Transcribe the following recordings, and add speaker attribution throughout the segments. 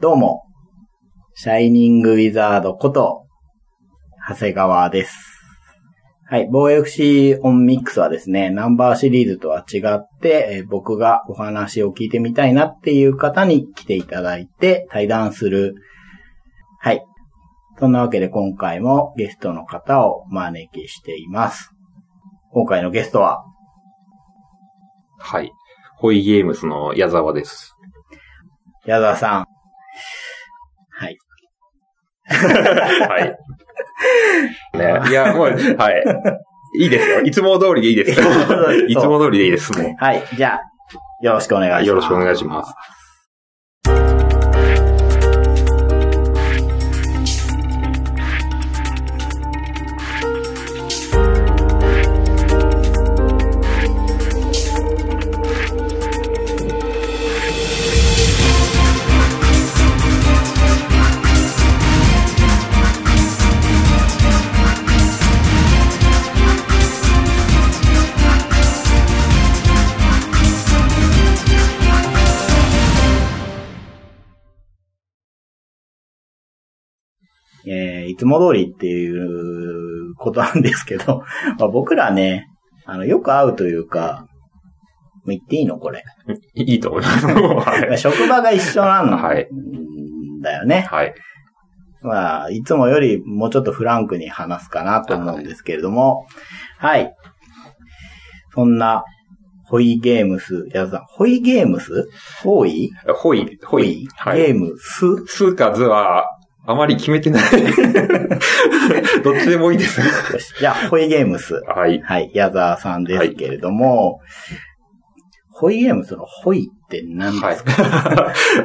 Speaker 1: どうも、シャイニングウィザードこと、長谷川です。はい、防衛 FC オンミックスはですね、ナンバーシリーズとは違って、えー僕がお話を聞いてみたいなっていう方に来ていただいて対談する。はい。そんなわけで今回もゲストの方をお招きしています。今回のゲストは、
Speaker 2: はい。ホイゲームスの矢沢です。
Speaker 1: 矢沢さん。はい。
Speaker 2: はい。ね、いや、もう、はい。いいですよ。いつも通りでいいです。 いつも通りでいいです。も
Speaker 1: はい、じゃあ、よろしくお願いしま
Speaker 2: う。
Speaker 1: す。
Speaker 2: よろしくお願いします。
Speaker 1: えーいつも通りっていうことなんですけど、 まあ、僕らね、あの、よく会うというか、もう言っていいのこれ。
Speaker 2: いいと思います。もう はい。
Speaker 1: 職場が一緒なん
Speaker 2: はい
Speaker 1: だよね。
Speaker 2: はい。
Speaker 1: まあ、いつもよりもうちょっとフランクに話すかなと思うんですけれども、はい。そんな、ホイゲームス、やさん、ホイゲームスホイ
Speaker 2: ホイ、ホイ。は
Speaker 1: ゲ
Speaker 2: い。
Speaker 1: ームス
Speaker 2: 数か図は、あまり決めて ない。どっちでもいいです。
Speaker 1: よしじゃあ、ホイゲームス。
Speaker 2: はい。
Speaker 1: はい、矢沢さんですけれども、ホイゲームスのホイって何
Speaker 2: は
Speaker 1: で
Speaker 2: い
Speaker 1: すか、。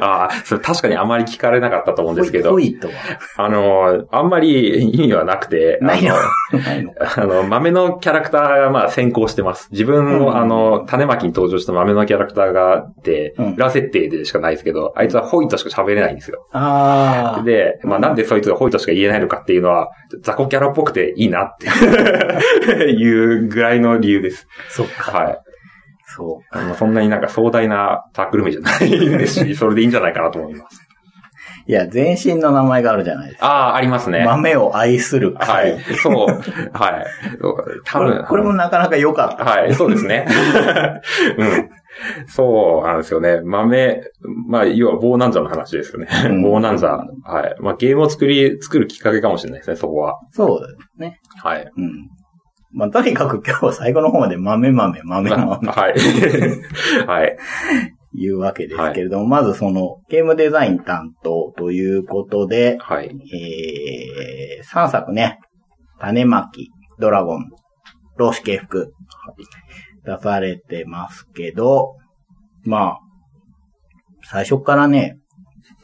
Speaker 2: ああ、それ確かにあまり聞かれなかったと思うんですけど
Speaker 1: ホ、イホイとは
Speaker 2: あの、あんまり意味はなくて、あの
Speaker 1: ないのないの
Speaker 2: あの、豆のキャラクターがまあ先行してます。自分
Speaker 1: うん
Speaker 2: もあの、種まきに登場した豆のキャラクターがあって、
Speaker 1: うん
Speaker 2: 裏設定でしかないですけど、あいつはホイとしか喋れないんですよ。
Speaker 1: あー。
Speaker 2: で、まあなんでそいつがホイとしか言えないのかっていうのは、雑魚キャラっぽくていいなって いうぐらいの理由です。
Speaker 1: そっか。
Speaker 2: はい。
Speaker 1: そう。
Speaker 2: あのそんなになんか壮大なタックル名じゃないですし、それでいいんじゃないかなと思います。
Speaker 1: いや、前身の名前があるじゃないですか。
Speaker 2: ああ、ありますね。
Speaker 1: 豆を愛する
Speaker 2: は
Speaker 1: 会。
Speaker 2: い。そう。はい。多
Speaker 1: こ
Speaker 2: 分
Speaker 1: れ。これもなかなか良かった。
Speaker 2: はい、そうですね。 うん。そうなんですよね。豆、まあ、要は、ボーナンザの話ですよね
Speaker 1: うん。
Speaker 2: ボーナンザ。はい。まあ、ゲームを作り、作るきっかけかもしれないですね、そこは。
Speaker 1: そうだよね。
Speaker 2: はい。
Speaker 1: うん。まあ、とにかく今日は最後の方まで豆豆豆
Speaker 2: な
Speaker 1: 豆
Speaker 2: はい。はい。
Speaker 1: いうわけですけれども、まずそのゲームデザイン担当ということで、
Speaker 2: はい。
Speaker 1: えー、3作ね。種まき、ドラゴン、老子系服、出されてますけど、まあ、最初からね、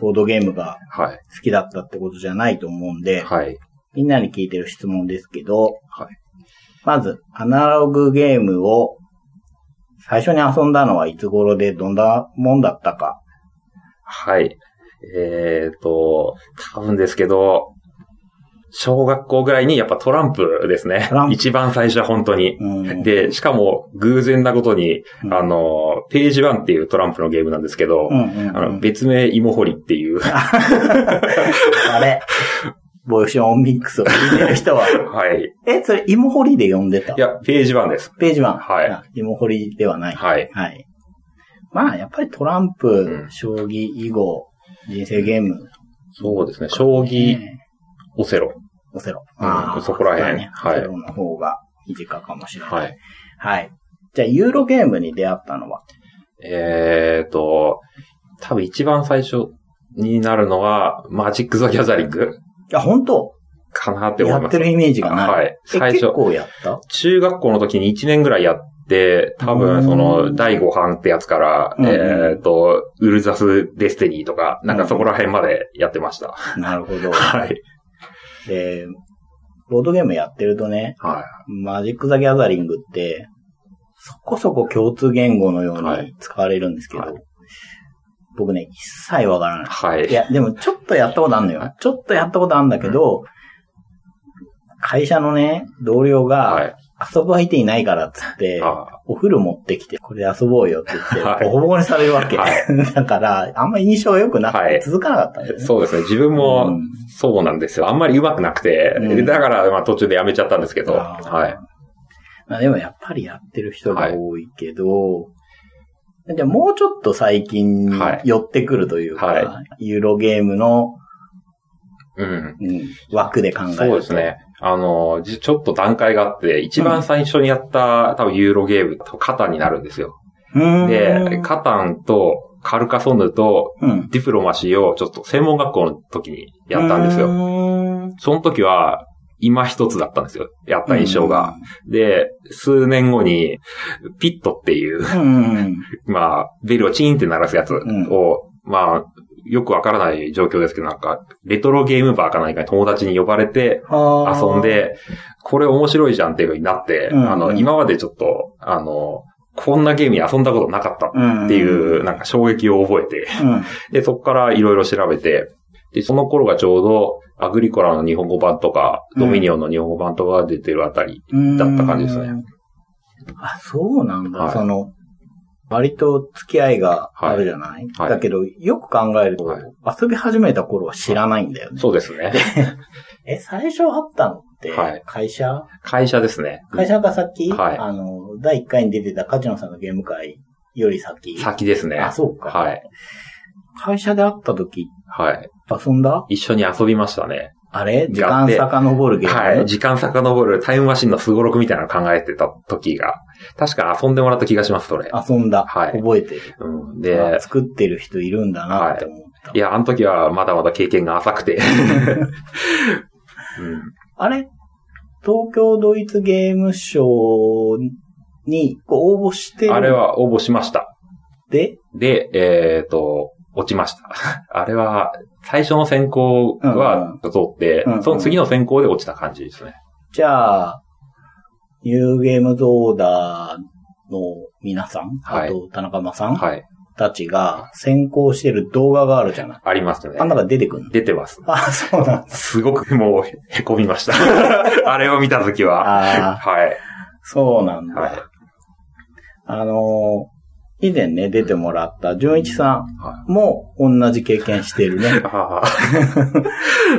Speaker 1: ボードゲームが
Speaker 2: はい。
Speaker 1: 好きだったってことじゃないと思うんで、
Speaker 2: はい。
Speaker 1: みんなに聞いてる質問ですけど、
Speaker 2: はい
Speaker 1: まず、アナログゲームを最初に遊んだのはいつ頃でどんなもんだったか。
Speaker 2: はい。えっ、と、多分ですけど、小学校ぐらいにやっぱトランプですね
Speaker 1: トラン。プ
Speaker 2: 一番最初は本当に。
Speaker 1: うん、
Speaker 2: で、しかも偶然なことに、
Speaker 1: うん
Speaker 2: あの、ページ1っていうトランプのゲームなんですけど、
Speaker 1: うんうんうん
Speaker 2: あの、別名、芋掘りっていう。は
Speaker 1: あれ。ボイションオンミックスを聞いてる人 は。
Speaker 2: い。い
Speaker 1: え、それ、芋掘りで呼んでた
Speaker 2: や、ページ1です。
Speaker 1: ページ1。
Speaker 2: はい
Speaker 1: あ。芋掘りではない。は
Speaker 2: はい。
Speaker 1: い。まあ、やっぱりトランプ、
Speaker 2: うん
Speaker 1: 将棋、囲碁、人生ゲーム。
Speaker 2: そうですね。将棋、
Speaker 1: ね
Speaker 2: オセロ。
Speaker 1: オセロ。
Speaker 2: うん
Speaker 1: ああ
Speaker 2: そこら辺
Speaker 1: そうだね
Speaker 2: はい
Speaker 1: オセロの方が短かもしれない。
Speaker 2: はい。
Speaker 1: はい。じゃあ、ユーロゲームに出会ったのは。
Speaker 2: えーと、多分一番最初になるのは、マジック・ザ・ギャザリング
Speaker 1: いや、本当
Speaker 2: かなって思
Speaker 1: や
Speaker 2: い
Speaker 1: っ
Speaker 2: ま
Speaker 1: て
Speaker 2: す。
Speaker 1: るイメージがない。
Speaker 2: はい
Speaker 1: え
Speaker 2: 最初
Speaker 1: 結構やった
Speaker 2: 中学校の時に1年ぐらいやって、多
Speaker 1: うん
Speaker 2: 分その、第5版ってやつから、
Speaker 1: うん
Speaker 2: えーと、ウルザス・デスティニーとか、なんかそこら辺までやってました。
Speaker 1: なるほ ど。
Speaker 2: はい。
Speaker 1: で、ボードゲームやってるとね、
Speaker 2: は
Speaker 1: マジック・ザ・ギャザリングって、そこそこ共通言語のよう
Speaker 2: は
Speaker 1: に使われるんですけど、
Speaker 2: は
Speaker 1: 僕ね、一切わから
Speaker 2: い。
Speaker 1: な
Speaker 2: はい
Speaker 1: い。い。や、でもちょっとやったことあるの
Speaker 2: は
Speaker 1: よ。ちょっとやったことあるんだけど、会社のね、同僚が、
Speaker 2: はい。
Speaker 1: 遊ぶ相手いないからっつって、
Speaker 2: あ
Speaker 1: お風呂持ってきて、これで遊ぼうよって言っ
Speaker 2: は
Speaker 1: て、
Speaker 2: い
Speaker 1: ボコボコにされるわけ。
Speaker 2: は
Speaker 1: だから、あんま印象良くなく
Speaker 2: は
Speaker 1: て
Speaker 2: い
Speaker 1: 続かなかったんだよね。
Speaker 2: そうですね。自分
Speaker 1: う
Speaker 2: も
Speaker 1: ん、
Speaker 2: そうなんですよ。あんまり上手くなくて。
Speaker 1: うん
Speaker 2: でだから、まあ途中でやめちゃったんですけど。
Speaker 1: あー
Speaker 2: はい。
Speaker 1: まあでもやっぱりやってる人が多いけど、じゃあもうちょっと最近に
Speaker 2: はい
Speaker 1: 寄ってくるというか、
Speaker 2: は
Speaker 1: ユーロゲームの、
Speaker 2: うん。
Speaker 1: うん枠で考えると。
Speaker 2: そうですね。あの、じちょっと段階があって、一番最初にやった、多分ユーロゲーム、多分カタンになるんですよ。
Speaker 1: うーん。
Speaker 2: で、カタンとカルカソンヌと
Speaker 1: うん。
Speaker 2: ディプロマシーをちょっと専門学校の時にやったんですよ。
Speaker 1: よ。
Speaker 2: その時は、今一つだったんですよ。やった印象が。で、数年後に、ピットっていう、
Speaker 1: うん。うんうん。
Speaker 2: まあ、ベルをチーンって鳴らすやつを、
Speaker 1: ん
Speaker 2: まあ、よくわからない状況ですけど、なんか、レトロゲームバーか何かに友達に呼ばれて、
Speaker 1: あー
Speaker 2: 遊ん、で、これ面白いじゃんっていう風になって、
Speaker 1: うん
Speaker 2: あの、今までちょっと、あの、こんなゲームに遊んだことなかった
Speaker 1: っ
Speaker 2: っていう、なんか衝撃を覚えて、
Speaker 1: うん。
Speaker 2: で、そこからいろいろ調べて、で、その頃がちょうど、アグリコラの日本語版とか、
Speaker 1: うん
Speaker 2: ドミニオンの日本語版とかが出てるあたり。だった感じですね
Speaker 1: うーん。あ、そうなんだ。
Speaker 2: はい
Speaker 1: その、割と付き合いがあるじゃない、
Speaker 2: はい
Speaker 1: だけど、よく考えると、
Speaker 2: はい
Speaker 1: 遊び始めた頃は知らないんだよね。
Speaker 2: そうですね。
Speaker 1: え、最初あったのって
Speaker 2: はい、
Speaker 1: 会社、
Speaker 2: 会社ですね。
Speaker 1: 会社が先、
Speaker 2: はい
Speaker 1: あの、第1回に出てた梶野さんのゲーム会より先。
Speaker 2: 先ですね。
Speaker 1: あ、そうか。
Speaker 2: はい。
Speaker 1: 会社で会った時、
Speaker 2: はい。
Speaker 1: 遊んだ
Speaker 2: 一緒に遊びましたね。
Speaker 1: あれ時
Speaker 2: や
Speaker 1: 間
Speaker 2: って
Speaker 1: 遡るゲーム。
Speaker 2: はい。時間遡るタイムマシンのスゴロクみたいなの考えてた時が、確か遊んでもらった気がします、それ。
Speaker 1: 遊んだ。
Speaker 2: はい
Speaker 1: 覚えてる。
Speaker 2: うん、
Speaker 1: あ
Speaker 2: で、
Speaker 1: 作ってる人いるんだなって思った。
Speaker 2: いや、あの時はまだまだ経験が浅くて。うん、
Speaker 1: あれ東京ドイツゲームショーにこう応募してる
Speaker 2: あれは応募しました。
Speaker 1: で、
Speaker 2: で、えっ、と、落ちました。 あれは、最初の選考は通って、
Speaker 1: うんうん
Speaker 2: その次の選考で落ちた感じですね。
Speaker 1: じゃあ、ニューゲームズオーダーの皆さん、
Speaker 2: はい
Speaker 1: あと田中間さん
Speaker 2: はい。
Speaker 1: たちが先行してる動画があるじゃない。
Speaker 2: ありますね
Speaker 1: あ。んなが出てくるの
Speaker 2: 出てます。
Speaker 1: あ、そうなんだ。
Speaker 2: すごくもう、へこみました。 あれを見たときは。
Speaker 1: ああ、
Speaker 2: はい。
Speaker 1: そうなんだ。
Speaker 2: はい。
Speaker 1: あのー以前ね、出てもらった純一さ
Speaker 2: は
Speaker 1: んも同じ経験してるね。
Speaker 2: あ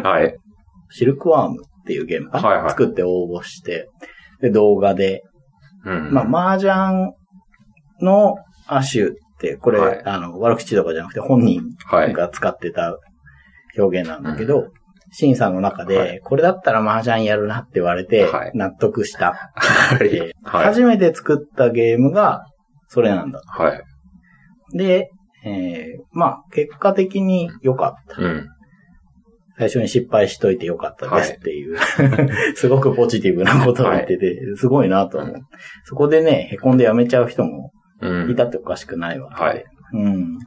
Speaker 2: あはい。
Speaker 1: シルクワームっていうゲームかな
Speaker 2: はいはい
Speaker 1: 作って応募して、で、動画で、
Speaker 2: うん。
Speaker 1: まあ、麻雀の亜種って、これ、
Speaker 2: はい
Speaker 1: あの、悪口とかじゃなくて本人
Speaker 2: はい。
Speaker 1: が使ってた表現なんだけど、審査の中で、
Speaker 2: は
Speaker 1: これだったら麻雀やるなって言われて
Speaker 2: はい、
Speaker 1: 納得した、
Speaker 2: はい。はい。
Speaker 1: 初めて作ったゲームが、それなんだ。
Speaker 2: はい。
Speaker 1: で、えーまあ、結果的に良かった。
Speaker 2: うん。
Speaker 1: 最初に失敗しといてよかったですっていう、 すごくポジティブなことを言ってて、すごいなと思う。そこでね、凹んでやめちゃう人も
Speaker 2: うん。
Speaker 1: いたっておかしくないわけで。
Speaker 2: はい。
Speaker 1: うん。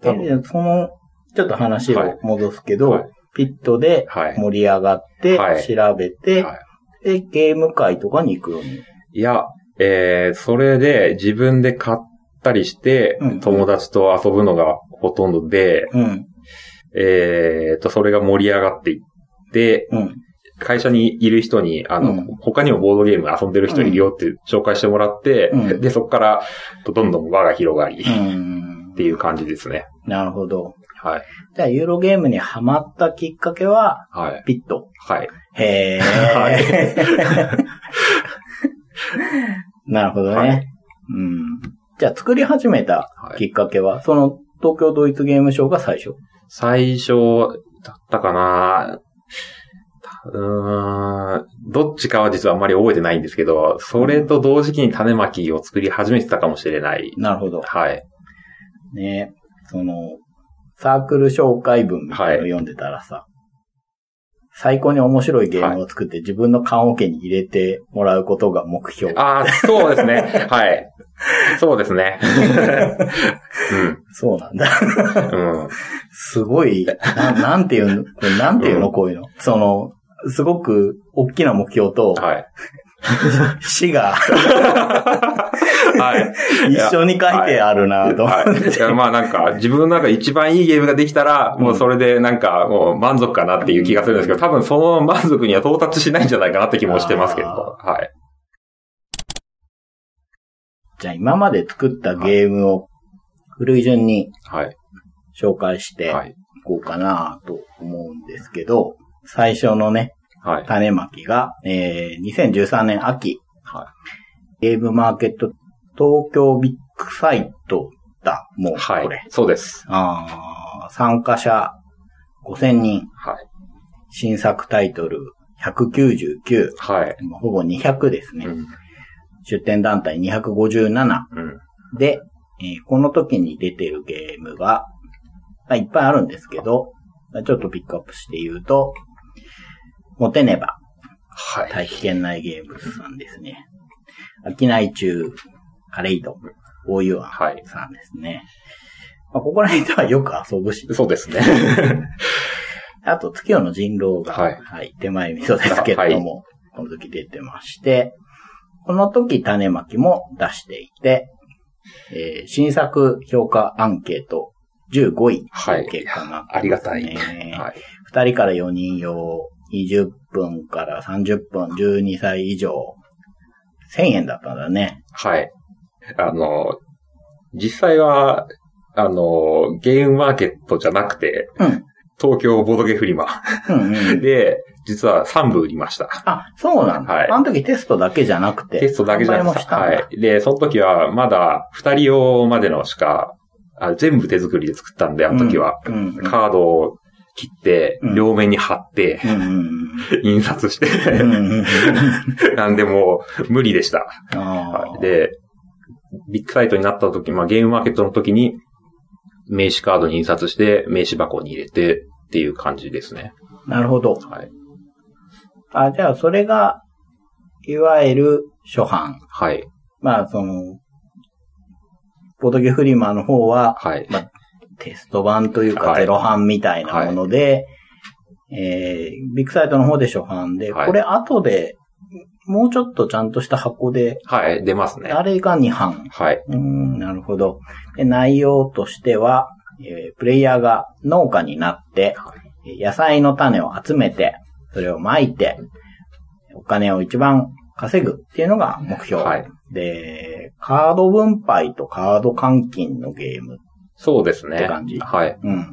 Speaker 2: 多分
Speaker 1: で、その、ちょっと話を戻すけど、
Speaker 2: はい
Speaker 1: ピットで
Speaker 2: はい。
Speaker 1: 盛り上がって、
Speaker 2: はい
Speaker 1: 調べて、
Speaker 2: は
Speaker 1: で、
Speaker 2: い
Speaker 1: ゲーム会とかに行くように。
Speaker 2: いや、えー、それで自分で買ったりして
Speaker 1: うん、
Speaker 2: 友達と遊ぶのがほとんどで、
Speaker 1: うん、
Speaker 2: えーと、それが盛り上がっていって、
Speaker 1: うん、
Speaker 2: 会社にいる人に、あの、
Speaker 1: うん
Speaker 2: 他にもボードゲーム遊んでる人いるよって紹介してもらって、
Speaker 1: うん
Speaker 2: で、そこから、どんどん輪が広がり、
Speaker 1: う
Speaker 2: っ
Speaker 1: ん。
Speaker 2: ていう感じですね。
Speaker 1: なるほど。
Speaker 2: はい。
Speaker 1: じゃあ、ユーロゲームにハマったきっかけは、
Speaker 2: はい。
Speaker 1: ピット。
Speaker 2: はい。
Speaker 1: へえ。 なるほどね。
Speaker 2: はい
Speaker 1: うん。じゃあ作り始めた
Speaker 2: はい、
Speaker 1: きっかけは、その東京ドイツゲームショーが最初。
Speaker 2: 最初だったかなうーん、どっちかは実はあんまり覚えてないんですけど、それと同時期に種まきを作り始めてたかもしれない。
Speaker 1: なるほど。
Speaker 2: はい。
Speaker 1: ねその、サークル紹介文みたいなのを読んでたらさ、最高に面白いゲームを作って自分の缶オケに入れてもらうことが目標。
Speaker 2: ああ、そうです ね。はい。そうですね。
Speaker 1: そうなんだ。
Speaker 2: うん。うん。
Speaker 1: すごい、ななんていうのこれなんていうの、
Speaker 2: うん
Speaker 1: こういうの。その、すごく大きな目標と、
Speaker 2: はい。
Speaker 1: 死が
Speaker 2: はい。
Speaker 1: 一緒に書いてあるなと。
Speaker 2: はい。いや、まあなんか、自分の中で一番いいゲームができたら、もうそれでなんか、もう満足かなっていう気がするんですけど、多分その満足には到達しないんじゃないかなって気もしてますけど。
Speaker 1: あ
Speaker 2: はい。
Speaker 1: じゃあ今まで作ったゲームを古い順に
Speaker 2: はい。
Speaker 1: 紹介して
Speaker 2: はい。
Speaker 1: いこうかなと思うんですけど、最初のね、
Speaker 2: はい。
Speaker 1: 種まきが、えー、2013年秋、
Speaker 2: は
Speaker 1: ゲームマーケット東京ビッグサイトだ、もう、
Speaker 2: い。は
Speaker 1: これ。
Speaker 2: い。そうです。
Speaker 1: あー参加者5000人、
Speaker 2: はい。
Speaker 1: 新作タイトル199、
Speaker 2: はい。
Speaker 1: もうほぼ200ですね。
Speaker 2: うん。
Speaker 1: 出展団体257
Speaker 2: うん。
Speaker 1: で、えーこの時に出てるゲームが、まあ、いっぱいあるんですけど、まあちょっとピックアップして言うと、モテねば、
Speaker 2: はい。
Speaker 1: 大気圏内ゲームズさんですね。商い中、カレイド、大湯庵
Speaker 2: はい。
Speaker 1: さんですね。まあ、ここら辺ではよく遊ぶし、
Speaker 2: そうですね。
Speaker 1: あと、月夜の人狼が、は
Speaker 2: はいい、
Speaker 1: 手前味噌ですけれども、この時出てまして、この時種まきも出していて、えー新作評価アンケート15位
Speaker 2: は
Speaker 1: という
Speaker 2: い
Speaker 1: 結果になっ。
Speaker 2: あ
Speaker 1: て
Speaker 2: り
Speaker 1: ま
Speaker 2: が
Speaker 1: すね
Speaker 2: たい。はい。
Speaker 1: 2人から4人用、20分から30分、12歳以上、1000円だったんだね。
Speaker 2: はい。あの、実際は、あの、ゲームマーケットじゃなくて、
Speaker 1: うん。
Speaker 2: 東京ボードゲフリマ
Speaker 1: うんうん。
Speaker 2: で、実は3部売りました。
Speaker 1: あ、そうなんだ。
Speaker 2: はい
Speaker 1: あの時テストだけじゃなくて。
Speaker 2: テストだけじゃない
Speaker 1: 販売
Speaker 2: で
Speaker 1: も
Speaker 2: す
Speaker 1: し
Speaker 2: か。
Speaker 1: たん
Speaker 2: は
Speaker 1: だ。
Speaker 2: い。で、その時はまだ二人用までのしか、あ全部手作りで作ったんで、あの時は。
Speaker 1: うん。うんうん。
Speaker 2: カードを切って
Speaker 1: うん、
Speaker 2: 両面に貼って、
Speaker 1: うんうん
Speaker 2: 印刷して、
Speaker 1: うんうんう んうん。
Speaker 2: なんでもう無理でした。
Speaker 1: あー
Speaker 2: で、ビッグサイトになった時、まあゲームマーケットの時に、名刺カードに印刷して、名刺箱に入れてっていう感じですね。
Speaker 1: なるほど。
Speaker 2: はい。
Speaker 1: あ、じゃあそれが、いわゆる初版。
Speaker 2: はい。
Speaker 1: まあ、その、ボトゲフリマの方は、
Speaker 2: はい。
Speaker 1: まあテスト版というか、
Speaker 2: はい
Speaker 1: ゼロ版みたいなもので、えー、ビッグサイトの方で初版で、
Speaker 2: はい
Speaker 1: これ後で、もうちょっとちゃんとした箱で、
Speaker 2: はい。出ますね。
Speaker 1: あれが2版。
Speaker 2: はい。
Speaker 1: うーん、なるほど。で内容としては、えープレイヤーが農家になって、
Speaker 2: は
Speaker 1: えー野菜の種を集めて、それをまいて、お金を一番稼ぐっていうのが目標。
Speaker 2: はい
Speaker 1: で、カード分配とカード換金のゲーム。
Speaker 2: そうですね。
Speaker 1: って感じ
Speaker 2: はい。
Speaker 1: うん。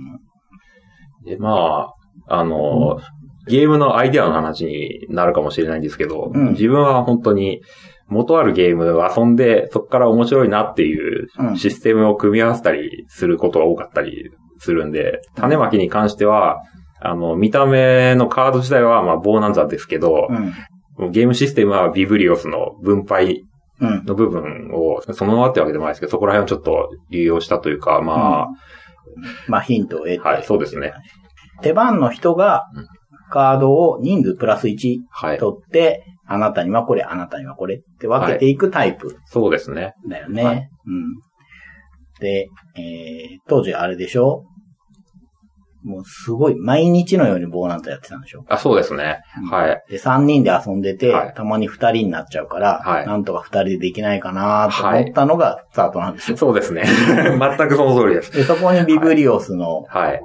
Speaker 2: で、まあ、あの、ゲームのアイデアの話になるかもしれないんですけど、
Speaker 1: うん
Speaker 2: 自分は本当に元あるゲームを遊んで、そこから面白いなっていう
Speaker 1: うん
Speaker 2: システムを組み合わせたりすることが多かったりするんで、種まきに関しては、あの、見た目のカード自体は、まあ、ボーナンザですけど
Speaker 1: う、ん。
Speaker 2: ゲームシステムはビブリオスの分配
Speaker 1: うん。
Speaker 2: の部分を、そのままってわけでもないですけど、そこら辺をちょっと流用したというか、ま
Speaker 1: まあ、ヒントを得て。
Speaker 2: あ、はい、そうですね。
Speaker 1: 手番の人が
Speaker 2: うん、
Speaker 1: カードを人数プラス1
Speaker 2: はい。
Speaker 1: 取って、あなたにはこれ、あなたにはこれって分けていくタイプ
Speaker 2: そうですね。
Speaker 1: だよね。
Speaker 2: はい
Speaker 1: うん。で、えー、当時あれでしょもうすごい、毎日のようにボーナンザやってたんでしょ
Speaker 2: あ、そうですね。はい。
Speaker 1: で、3人で遊んでて、
Speaker 2: はい
Speaker 1: たまに2人になっちゃうから、
Speaker 2: はい
Speaker 1: なんとか2人でできないかなと思ったのがスタートなんですよ。
Speaker 2: そうですね。 全くその通りです。
Speaker 1: で、そこにビブリオスの
Speaker 2: はい。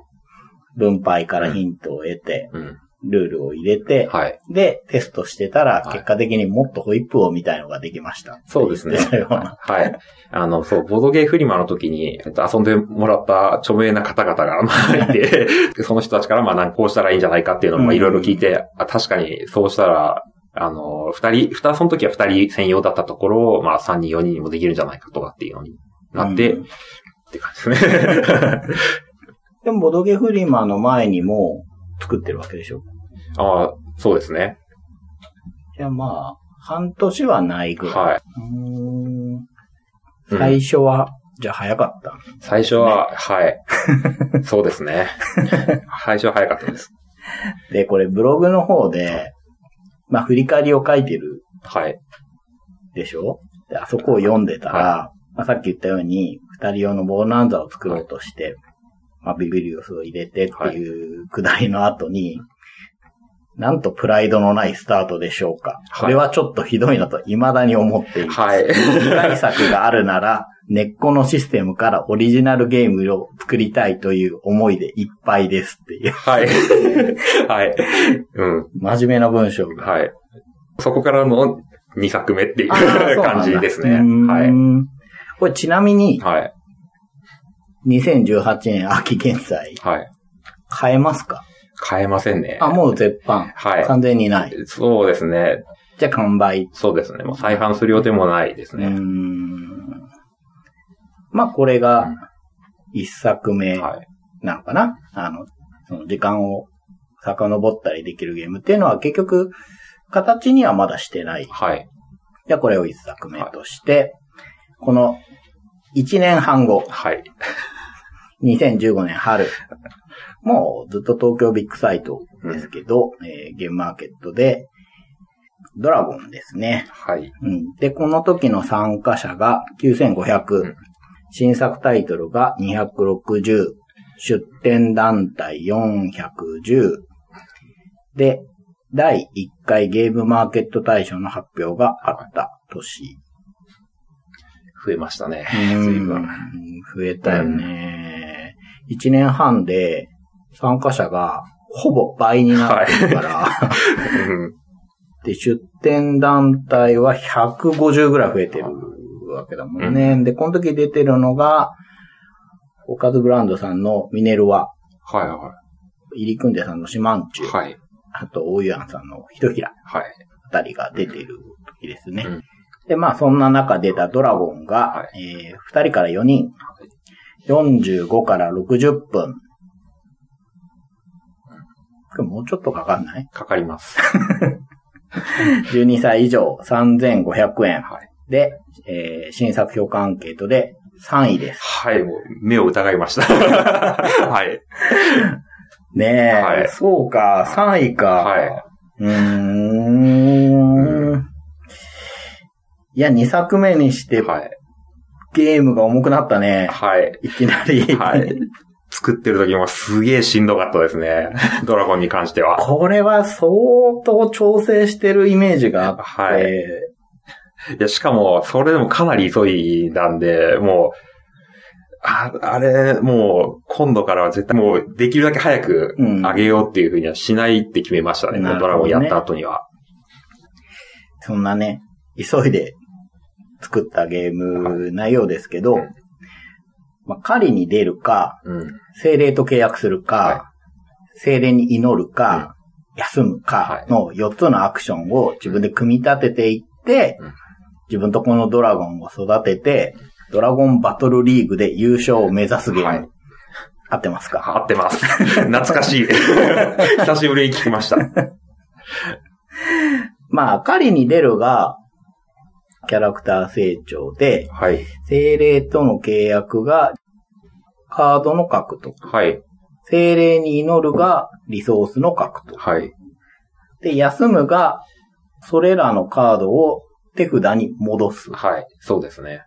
Speaker 1: 分配からヒントを得て、
Speaker 2: うん。
Speaker 1: ルールを入れて、
Speaker 2: はい。
Speaker 1: で、テストしてたら、
Speaker 2: はい
Speaker 1: 結果的にもっとホイップをみたいのができました。
Speaker 2: そうですね
Speaker 1: でたような
Speaker 2: はい。あの、そう、ボードゲーフリマの時に、えっと、遊んでもらった著名な方々が、まあ、い て、その人たちから、まあ、なんこうしたらいいんじゃないかっていうのを、ま
Speaker 1: う
Speaker 2: あ、
Speaker 1: ん
Speaker 2: いろいろ聞いて、あ確かに、そうしたら、あの、二人、二、その時は二人専用だったところを、まあ、三人、四人にもできるんじゃないかとかっていうのになって、
Speaker 1: うん
Speaker 2: って感じですね。
Speaker 1: でも、ボドゲフリマの前にも作ってるわけでしょ
Speaker 2: ああ、そうですね。
Speaker 1: じゃあまあ、半年はないぐらい。
Speaker 2: はいう
Speaker 1: ーん。
Speaker 2: うん
Speaker 1: 最初は、じゃあ早かった。
Speaker 2: 最初は、はい。 そうですね。 最初は早かったです。
Speaker 1: で、これブログの方で、まあ振り返りを書いてる
Speaker 2: はい。
Speaker 1: でしょで、あそこを読んでたら、まあさっき言ったように、二人用のボーナンザを作ろうとして、まあビビリオスを入れてっていうくだりの後に、なんとプライドのないスタートでしょうか。
Speaker 2: はい
Speaker 1: これはちょっとひどいなと未だに思っている。
Speaker 2: はい。
Speaker 1: 次回作があるなら、根っこのシステムからオリジナルゲームを作りたいという思いでいっぱいですっていう、
Speaker 2: はい。はい。うん。
Speaker 1: 真面目な文章が。
Speaker 2: はい。そこからの、 2作目っていう
Speaker 1: あーそうなんだ
Speaker 2: 感じですね。
Speaker 1: うー
Speaker 2: はい。
Speaker 1: んこれちなみに、
Speaker 2: はい。
Speaker 1: 2018年秋現在、
Speaker 2: はい。
Speaker 1: 買えますか
Speaker 2: 変えませんね。
Speaker 1: あ、もう絶版。
Speaker 2: はい
Speaker 1: 完全にない。
Speaker 2: そうですね。
Speaker 1: じゃあ完売。
Speaker 2: そうですね。もう再販する予定もないです
Speaker 1: う
Speaker 2: ね。
Speaker 1: ーん。まあ、これが一作目
Speaker 2: はい。
Speaker 1: なのかな、あの、その時間を遡ったりできるゲームっていうのは結局、形にはまだしてない。
Speaker 2: はい。
Speaker 1: じゃあこれを一作目として、この1年半後、
Speaker 2: はい。
Speaker 1: 2015年春、もうずっと東京ビッグサイトですけど、えーゲームマーケットで、ドラゴンですね。
Speaker 2: はい。
Speaker 1: うん、で、この時の参加者が9500、
Speaker 2: うん
Speaker 1: 新作タイトルが260、出展団体410、で、第1回ゲームマーケット大賞の発表があった年。
Speaker 2: 増えましたね。
Speaker 1: う
Speaker 2: 随
Speaker 1: ん
Speaker 2: 分。
Speaker 1: 増えたよね。1年半で参加者がほぼ倍になってるから、
Speaker 2: うん
Speaker 1: で、出展団体は150ぐらい増えてるわけだもんね。で、この時出てるのが、おかずブランドさんのミネルワ、
Speaker 2: はいは
Speaker 1: イリクンデさんのシマンチ
Speaker 2: い。
Speaker 1: ュ、
Speaker 2: はい。
Speaker 1: あと、オイアンさんのヒトヒラ
Speaker 2: はい。
Speaker 1: あたりが出てる時ですね。
Speaker 2: うん
Speaker 1: で、まあ、そんな中出たドラゴンが
Speaker 2: は、
Speaker 1: えー、2人から4人、45から60分。これもうちょっとかかん ない
Speaker 2: かかります。
Speaker 1: 12歳以上3500円。
Speaker 2: はい。
Speaker 1: で、えー新作評価アンケートで3位です。
Speaker 2: はい、もう目を疑い ました。はい。
Speaker 1: ねえ、
Speaker 2: はい
Speaker 1: そうか、3位か。
Speaker 2: は
Speaker 1: うーん。いや、2作目にして、
Speaker 2: はい。
Speaker 1: ゲームが重くなったね。
Speaker 2: はい。
Speaker 1: いきなり、
Speaker 2: はい。作ってる時もすげえしんどかったです ね。ドラゴンに関しては。
Speaker 1: これは相当調整してるイメージがあって、
Speaker 2: はいいや、しかも、それでもかなり急いだんで、もう、ああれ、もう、今度からは絶対もう、できるだけ早く
Speaker 1: うん
Speaker 2: 上げようっていうふうにはしないって決めましたね。
Speaker 1: なるほど
Speaker 2: ド
Speaker 1: ね
Speaker 2: ラゴンやった後には。
Speaker 1: そんなね、急いで作ったゲームなようですけど、
Speaker 2: はい
Speaker 1: まあ、狩りに出るか、
Speaker 2: うん。
Speaker 1: 精霊と契約するか、
Speaker 2: は
Speaker 1: 精霊に祈るか、休むかの4つのアクションを自分で組み立てていって、
Speaker 2: うん
Speaker 1: 自分とこのドラゴンを育てて、ドラゴンバトルリーグで優勝を目指すゲーム。
Speaker 2: はい
Speaker 1: 合ってますか
Speaker 2: 合ってま す。懐かしい。 久しぶりに聞きました。
Speaker 1: まあ、狩りに出るが、キャラクター成長で、
Speaker 2: はい。
Speaker 1: 精霊との契約が、カードの獲得。
Speaker 2: はい。
Speaker 1: 精霊に祈るが、リソースの獲得。
Speaker 2: はい。
Speaker 1: で、休むが、それらのカードを手札に戻す。
Speaker 2: はい。そうですね。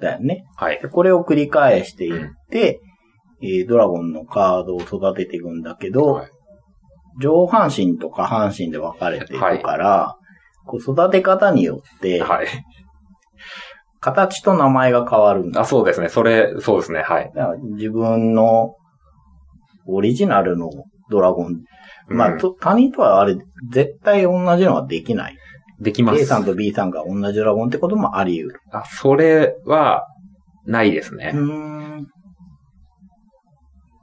Speaker 1: だよね。
Speaker 2: はい
Speaker 1: で。これを繰り返していって、えードラゴンのカードを育てていくんだけど、
Speaker 2: はい
Speaker 1: 上半身と下半身で分かれているから、こう育て方によって、
Speaker 2: はい。
Speaker 1: 形と名前が変わるんだ。
Speaker 2: あ、そうですね。それ、そうですね。はい。
Speaker 1: だから自分のオリジナルのドラゴン、まあ、
Speaker 2: うん
Speaker 1: と他人とはあれ、絶対同じのはできない。
Speaker 2: できま
Speaker 1: A
Speaker 2: す
Speaker 1: さ。んと B さんが同じドラゴンってこともあり得る。
Speaker 2: あ、それは、ないですね。
Speaker 1: うーん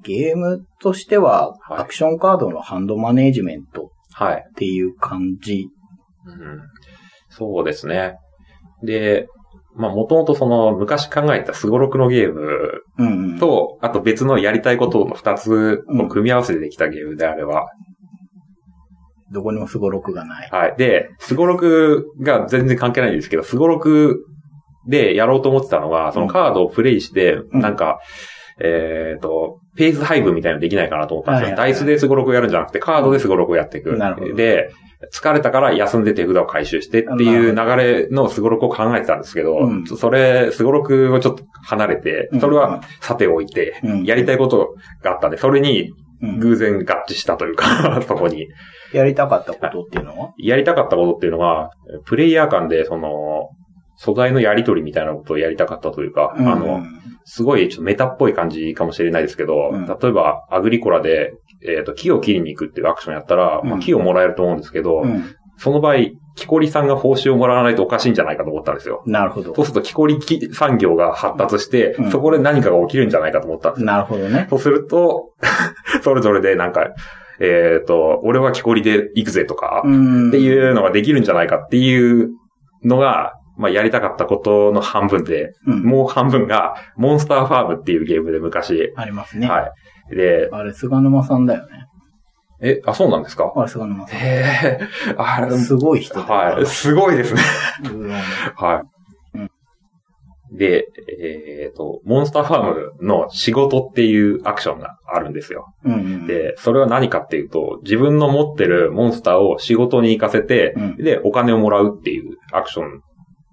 Speaker 1: ゲームとしては、
Speaker 2: はい
Speaker 1: アクションカードのハンドマネージメント
Speaker 2: はい。
Speaker 1: っていう感じ。
Speaker 2: うん。そうですね。で、まあ、もともとその、昔考えたスゴロクのゲーム
Speaker 1: うんうん。
Speaker 2: と、あと別のやりたいことの二つの組み合わせでできたゲームであれば、
Speaker 1: どこにもすごろくがない。
Speaker 2: はい。で、スゴロクが全然関係ないんですけど、スゴロクでやろうと思ってたのは、そのカードをプレイして、
Speaker 1: ん
Speaker 2: なんか、えっ、と、ペース配分みたいなのできないかなと思ったんですよ。
Speaker 1: はいはいはい
Speaker 2: ダイスでスゴロクやるんじゃなくて、カードでスゴロクをやっていく。
Speaker 1: なるほど
Speaker 2: で、疲れたから休んで手札を回収してっていう流れのスゴロクを考えてたんですけど、
Speaker 1: うん
Speaker 2: それ、スゴロクをちょっと離れて、それはさておいて、
Speaker 1: うん
Speaker 2: やりたいことがあったんで、それに
Speaker 1: うん、
Speaker 2: 偶然合致したというか、 そこに。
Speaker 1: やりたかったことっていうのは
Speaker 2: やりたかったことっていうのが、プレイヤー間で、その、素材のやり取りみたいなことをやりたかったというか、あ
Speaker 1: う
Speaker 2: の、
Speaker 1: ん
Speaker 2: すごいちょっとメタっぽい感じかもしれないですけど、
Speaker 1: うん
Speaker 2: 例えば、アグリコラで、えっ、と、木を切りに行くっていうアクションやったら、
Speaker 1: う
Speaker 2: まあ、
Speaker 1: ん
Speaker 2: 木をもらえると思うんですけど、
Speaker 1: うん
Speaker 2: その場合、木こりさんが報酬をもらわないとおかしいんじゃないかと思ったんですよ。
Speaker 1: なるほど
Speaker 2: そ。うすると木こりき産業が発達して、
Speaker 1: うん
Speaker 2: そこで何かが起きるんじゃないかと思ったんですよ。
Speaker 1: なるほどね。
Speaker 2: そうすると、 それぞれでなんか、えっ、と、俺は木こりで行くぜとか、
Speaker 1: うん。
Speaker 2: って
Speaker 1: う。
Speaker 2: いうのができるんじゃないかっていうのが、まあ、やりたかったことの半分で、
Speaker 1: うん。
Speaker 2: もう半分が、モンスターファームっていうゲームで昔、
Speaker 1: ありますね。
Speaker 2: はい。で、
Speaker 1: あれ、菅沼さんだよね。
Speaker 2: え、あ、そうなんですか
Speaker 1: あれ、菅沼さ
Speaker 2: へえ、あ れ
Speaker 1: ん。、すごい人だよ。
Speaker 2: はい、すごいです ね。
Speaker 1: うん
Speaker 2: は
Speaker 1: う
Speaker 2: い。で、えっ、と、モンスターファームの仕事っていうアクションがあるんですよ。
Speaker 1: うん。
Speaker 2: で、それは何かっていうと、自分の持ってるモンスターを仕事に行かせて、
Speaker 1: うん
Speaker 2: で、お金をもらうっていうアクション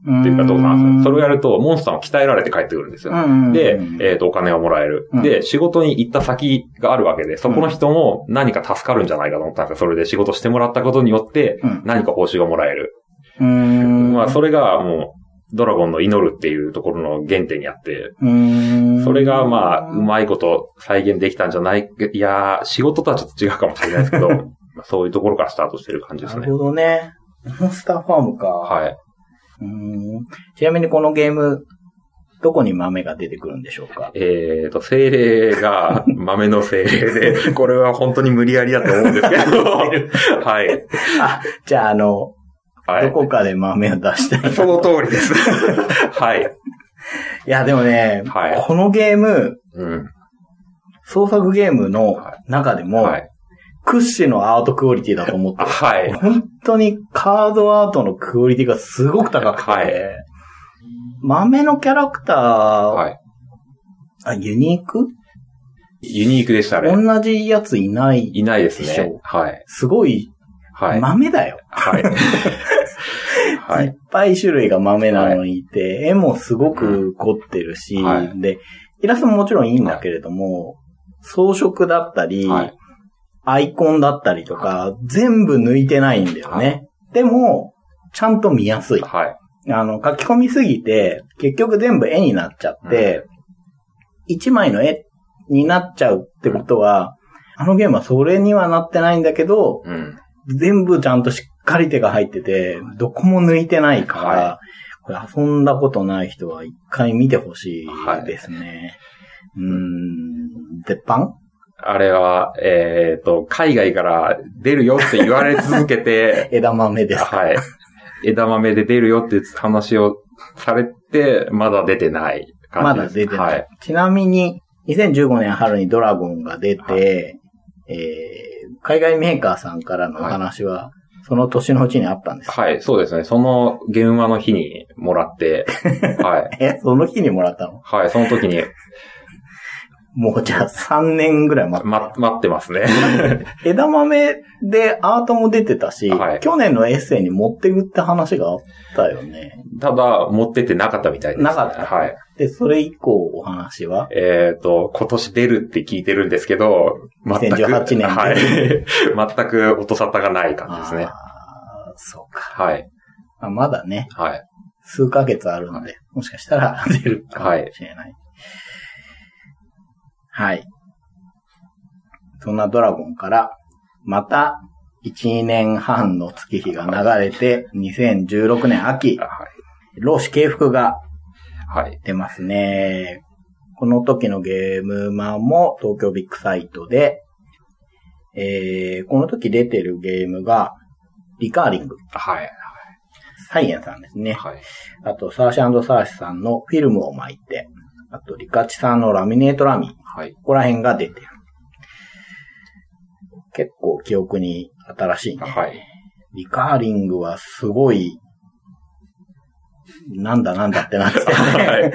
Speaker 1: うん、
Speaker 2: っていうかどうかなんですよ。それをや
Speaker 1: る
Speaker 2: ると、モンスターも鍛えられて帰ってくるんですよ。で、えっ、と、お金をもらえる
Speaker 1: う。ん
Speaker 2: で、仕事に行った先があるわけで、そこの人も何か助かるんじゃないかと思ったんですよ。それで仕事してもらったことによって
Speaker 1: うん、
Speaker 2: 何か報酬がもらえる。
Speaker 1: うん。
Speaker 2: まあ、そ
Speaker 1: れ、
Speaker 2: れがもう、ドラゴンの祈るっていうところの原点にあって、
Speaker 1: うん。
Speaker 2: それがまあ、うまいこと再現できたんじゃない、いやー、仕事とはちょっと違うかもしれないですけ ど、まあそういうところからスタートしてる感じです
Speaker 1: な
Speaker 2: ね
Speaker 1: る。ほどね。モンスターファームか。
Speaker 2: はい。
Speaker 1: うんちなみにこのゲーム、どこに豆が出てくるんでしょうか
Speaker 2: えっ、と、精霊が豆の精霊 で、これは本当に無理やりだと思うんですけ ど、はい。
Speaker 1: あ、じゃああの、
Speaker 2: はい。
Speaker 1: どこかで豆を出したい。
Speaker 2: その通りです。 はい。
Speaker 1: いや、でもね、
Speaker 2: はい
Speaker 1: このゲーム、
Speaker 2: うん。
Speaker 1: 創作ゲームの中でも、
Speaker 2: はい。
Speaker 1: 屈指のアートクオリティだと思って
Speaker 2: あ
Speaker 1: る
Speaker 2: はい。
Speaker 1: 本当にカードアートのクオリティがすごく高くて、
Speaker 2: はい
Speaker 1: 豆のキャラクター、
Speaker 2: はい。
Speaker 1: あユニーク
Speaker 2: ユニークでしたね。
Speaker 1: 同じやついない。
Speaker 2: いないです
Speaker 1: でし
Speaker 2: ね
Speaker 1: ょ。
Speaker 2: はい。
Speaker 1: すごい、
Speaker 2: はい。
Speaker 1: 豆だよ。
Speaker 2: はい。 はいい
Speaker 1: っ。ぱい種類が豆なのにいて、絵もすごく凝ってるし、
Speaker 2: はい
Speaker 1: で、イラストももちろんいいんだけれども、装飾だったり、
Speaker 2: はい
Speaker 1: アイコンだったりとか、全部抜いてないんだよね。
Speaker 2: は
Speaker 1: でも、ちゃんと見やすい。
Speaker 2: はい。
Speaker 1: あの、書き込みすぎて、結局全部絵になっちゃって、一、枚の絵になっちゃうってことは、あのゲームはそれにはなってないんだけど、
Speaker 2: うん。
Speaker 1: 全部ちゃんとしっかり手が入ってて、どこも抜いてないから、
Speaker 2: は
Speaker 1: これ遊んだことない人は一回見てほしいですね。うーん、鉄板
Speaker 2: あれは、えっ、と、海外から出るよって言われ続けて、
Speaker 1: 枝豆です。
Speaker 2: はい。枝豆で出るよって話をされて、まだ出てない
Speaker 1: ま
Speaker 2: 感じ
Speaker 1: だ
Speaker 2: です。
Speaker 1: 出てない。
Speaker 2: はい。
Speaker 1: ちなみに、2015年春にドラゴンが出て、
Speaker 2: は
Speaker 1: えー海外メーカーさんからのお話は、その年のうちにあったんです。
Speaker 2: はい、そうですね。その現話の日にもら って、はい。
Speaker 1: え、その日にもらったの
Speaker 2: はい、その時に、
Speaker 1: もうじゃあ3年ぐらい待っ
Speaker 2: ま、待ってますね。
Speaker 1: て。枝豆でアートも出てたし、
Speaker 2: はい
Speaker 1: 去年のエッセイに持ってくって話があったよね。
Speaker 2: ただ、持ってってなかったみたいです、ね。
Speaker 1: なかった
Speaker 2: はい。
Speaker 1: で、それ以降お話は
Speaker 2: えっ、と、今年出るって聞いてるんですけど、全く。
Speaker 1: 2018年で
Speaker 2: はい。 全く音沙汰がない感じですね。
Speaker 1: あーそうか。
Speaker 2: はい。
Speaker 1: まあまだね、
Speaker 2: はい。
Speaker 1: 数ヶ月あるので、もしかしたら出るかもしれない。はい。そんなドラゴンから、また、1年半の月日が流れて、2016年秋、
Speaker 2: は
Speaker 1: 老子敬服が
Speaker 2: い。はい。
Speaker 1: 出ますね。この時のゲームマンも東京ビッグサイトで、えー、この時出てるゲームが、リカーリング、
Speaker 2: はい。
Speaker 1: サイエンさんですね。
Speaker 2: はい。
Speaker 1: あと、サーシャサーシさんのフィルムを巻いて、あと、リカチさんのラミネートラミ、こ
Speaker 2: はい。
Speaker 1: こら辺が出てる。結構記憶に新しいね。
Speaker 2: はい。
Speaker 1: リカーリングはすごい、なんだなんだってなってたよね。
Speaker 2: はい。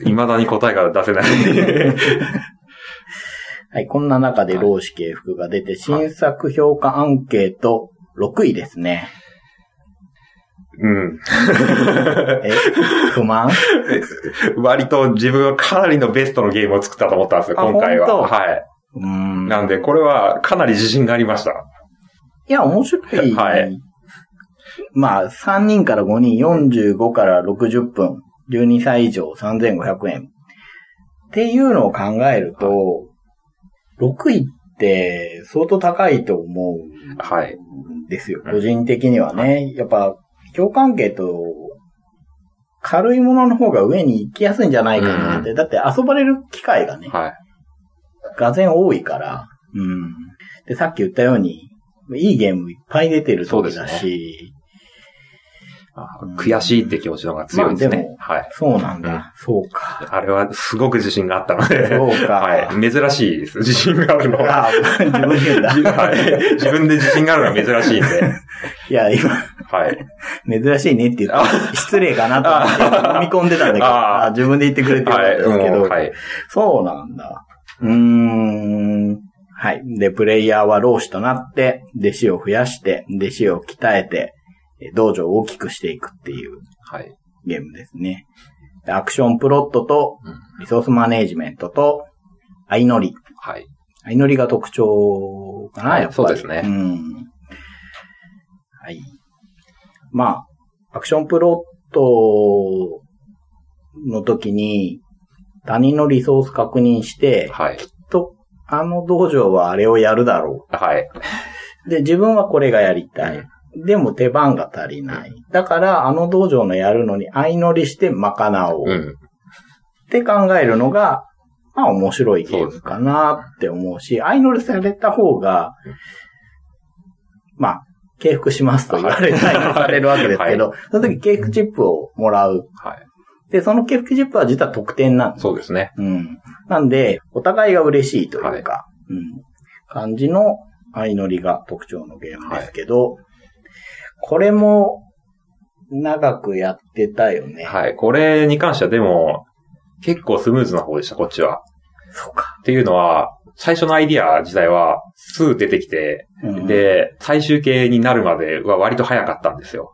Speaker 2: 未だに答えが出せない。
Speaker 1: はい、こんな中で老子系服が出て、新作評価アンケート6位ですね。
Speaker 2: うん。
Speaker 1: え、不満
Speaker 2: 割と自分はかなりのベストのゲームを作ったと思ったんですよ、
Speaker 1: あ
Speaker 2: 今回は。
Speaker 1: 本当
Speaker 2: は
Speaker 1: うー
Speaker 2: い。
Speaker 1: ん。
Speaker 2: なんで、これはかなり自信がありました。
Speaker 1: いや、面白い。
Speaker 2: はい
Speaker 1: まあ、3人から5人、45から60分、12歳以上、3500円。っていうのを考えると、6位って相当高いと思
Speaker 2: はい。
Speaker 1: うんですよ。
Speaker 2: うん
Speaker 1: 個人的にはね。やっぱ、共関係と、軽いものの方が上に行きやすいんじゃないかなって。だって遊ばれる機会がね、
Speaker 2: はい。
Speaker 1: がぜん多いから。うん。で、さっき言ったように、いいゲームいっぱい出てる
Speaker 2: そうで
Speaker 1: 時
Speaker 2: すね
Speaker 1: だし、
Speaker 2: あ
Speaker 1: うん
Speaker 2: 悔しいって気持ちの方が強いです
Speaker 1: まあ
Speaker 2: ね
Speaker 1: でも。
Speaker 2: はい。
Speaker 1: そうなんだ。そうか。
Speaker 2: あれはすごく自信があったので。
Speaker 1: そうか。
Speaker 2: はい。珍しいです。自信があるのは。
Speaker 1: あ自分で言うんだ。
Speaker 2: じ はい。自分で自信があるのは珍しいんで。
Speaker 1: いや、今、
Speaker 2: はい。
Speaker 1: 珍しいねって言って、失礼かなと思って、飲み込んでたんだけど、
Speaker 2: あー
Speaker 1: あ自分で言ってくれてよかった
Speaker 2: は
Speaker 1: ん
Speaker 2: い。
Speaker 1: ですけど、
Speaker 2: もう、はい。
Speaker 1: そうなんだ。うーん。はい。で、プレイヤーは老子となって、弟子を増やして、弟子を鍛えて、え道場を大きくしていくっていう
Speaker 2: はい。
Speaker 1: ゲームですね。でアクションプロットと
Speaker 2: うん、
Speaker 1: リソースマネージメントと、相乗り。
Speaker 2: はい。
Speaker 1: 相乗りが特徴かな、
Speaker 2: はい
Speaker 1: やっぱり。
Speaker 2: そうですね
Speaker 1: うん。はい。まあ、アクションプロットの時に、他人のリソース確認して、
Speaker 2: はい。
Speaker 1: と、あの道場はあれをやるだろ
Speaker 2: はい。
Speaker 1: う。で、自分はこれがやりたい。でも手番が足りない。だから、あの道場のやるのに相乗りして賄おう。
Speaker 2: うん。
Speaker 1: って考えるのが、まあ面白いゲームかなって思うし、相乗りされた方が、まあ、敬服しますと言われたり
Speaker 2: はい
Speaker 1: されるわけですけど、その時敬服チップをもらう。
Speaker 2: はい。
Speaker 1: で、その敬服チップは実は得点なんです。
Speaker 2: そうですね。
Speaker 1: うん。なんで、お互いが嬉しいというか、うん。感じの相乗りが特徴のゲームですけど、これも長くやってたよね。
Speaker 2: はい。これに関してはでも、結構スムーズな方でした、こっちは。
Speaker 1: そうか。
Speaker 2: っていうのは、最初のアイディア自体は、すぐ出てきて、
Speaker 1: うん、
Speaker 2: で、最終形になるまでは割と早かったんですよ。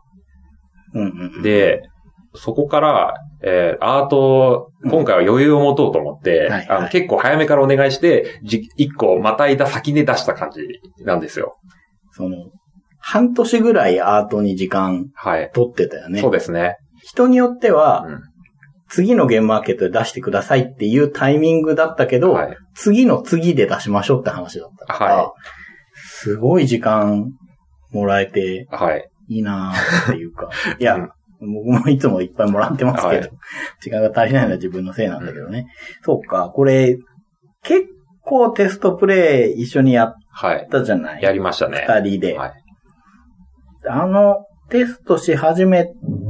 Speaker 1: うんうんうん、
Speaker 2: で、そこから、えーアート、今回は余裕を持とうと思って、
Speaker 1: うんはい
Speaker 2: あ
Speaker 1: は
Speaker 2: の
Speaker 1: い
Speaker 2: 結構早めからお願いして、じ一個またいだ先で出した感じなんですよ。
Speaker 1: その、半年ぐらいアートに時間
Speaker 2: はい。
Speaker 1: 取ってたよね
Speaker 2: そう。ですね。
Speaker 1: 人によっては、
Speaker 2: うん
Speaker 1: 次のゲームマーケットで出してくださいっていうタイミングだったけど、
Speaker 2: はい。
Speaker 1: 次の次で出しましょうって話だったから、
Speaker 2: はい
Speaker 1: すごい時間もらえて
Speaker 2: はい。
Speaker 1: いいなーっていう か、いや、
Speaker 2: うん
Speaker 1: 僕もいつもいっぱいもらってますけど、
Speaker 2: はい
Speaker 1: 時間が足りないのは自分のせいなんだけどね。そうか、これ、結構テストプレイ一緒にやっ
Speaker 2: はい。
Speaker 1: たじゃない
Speaker 2: やりましたね。
Speaker 1: 二人で。
Speaker 2: はい。
Speaker 1: あの、テストし始め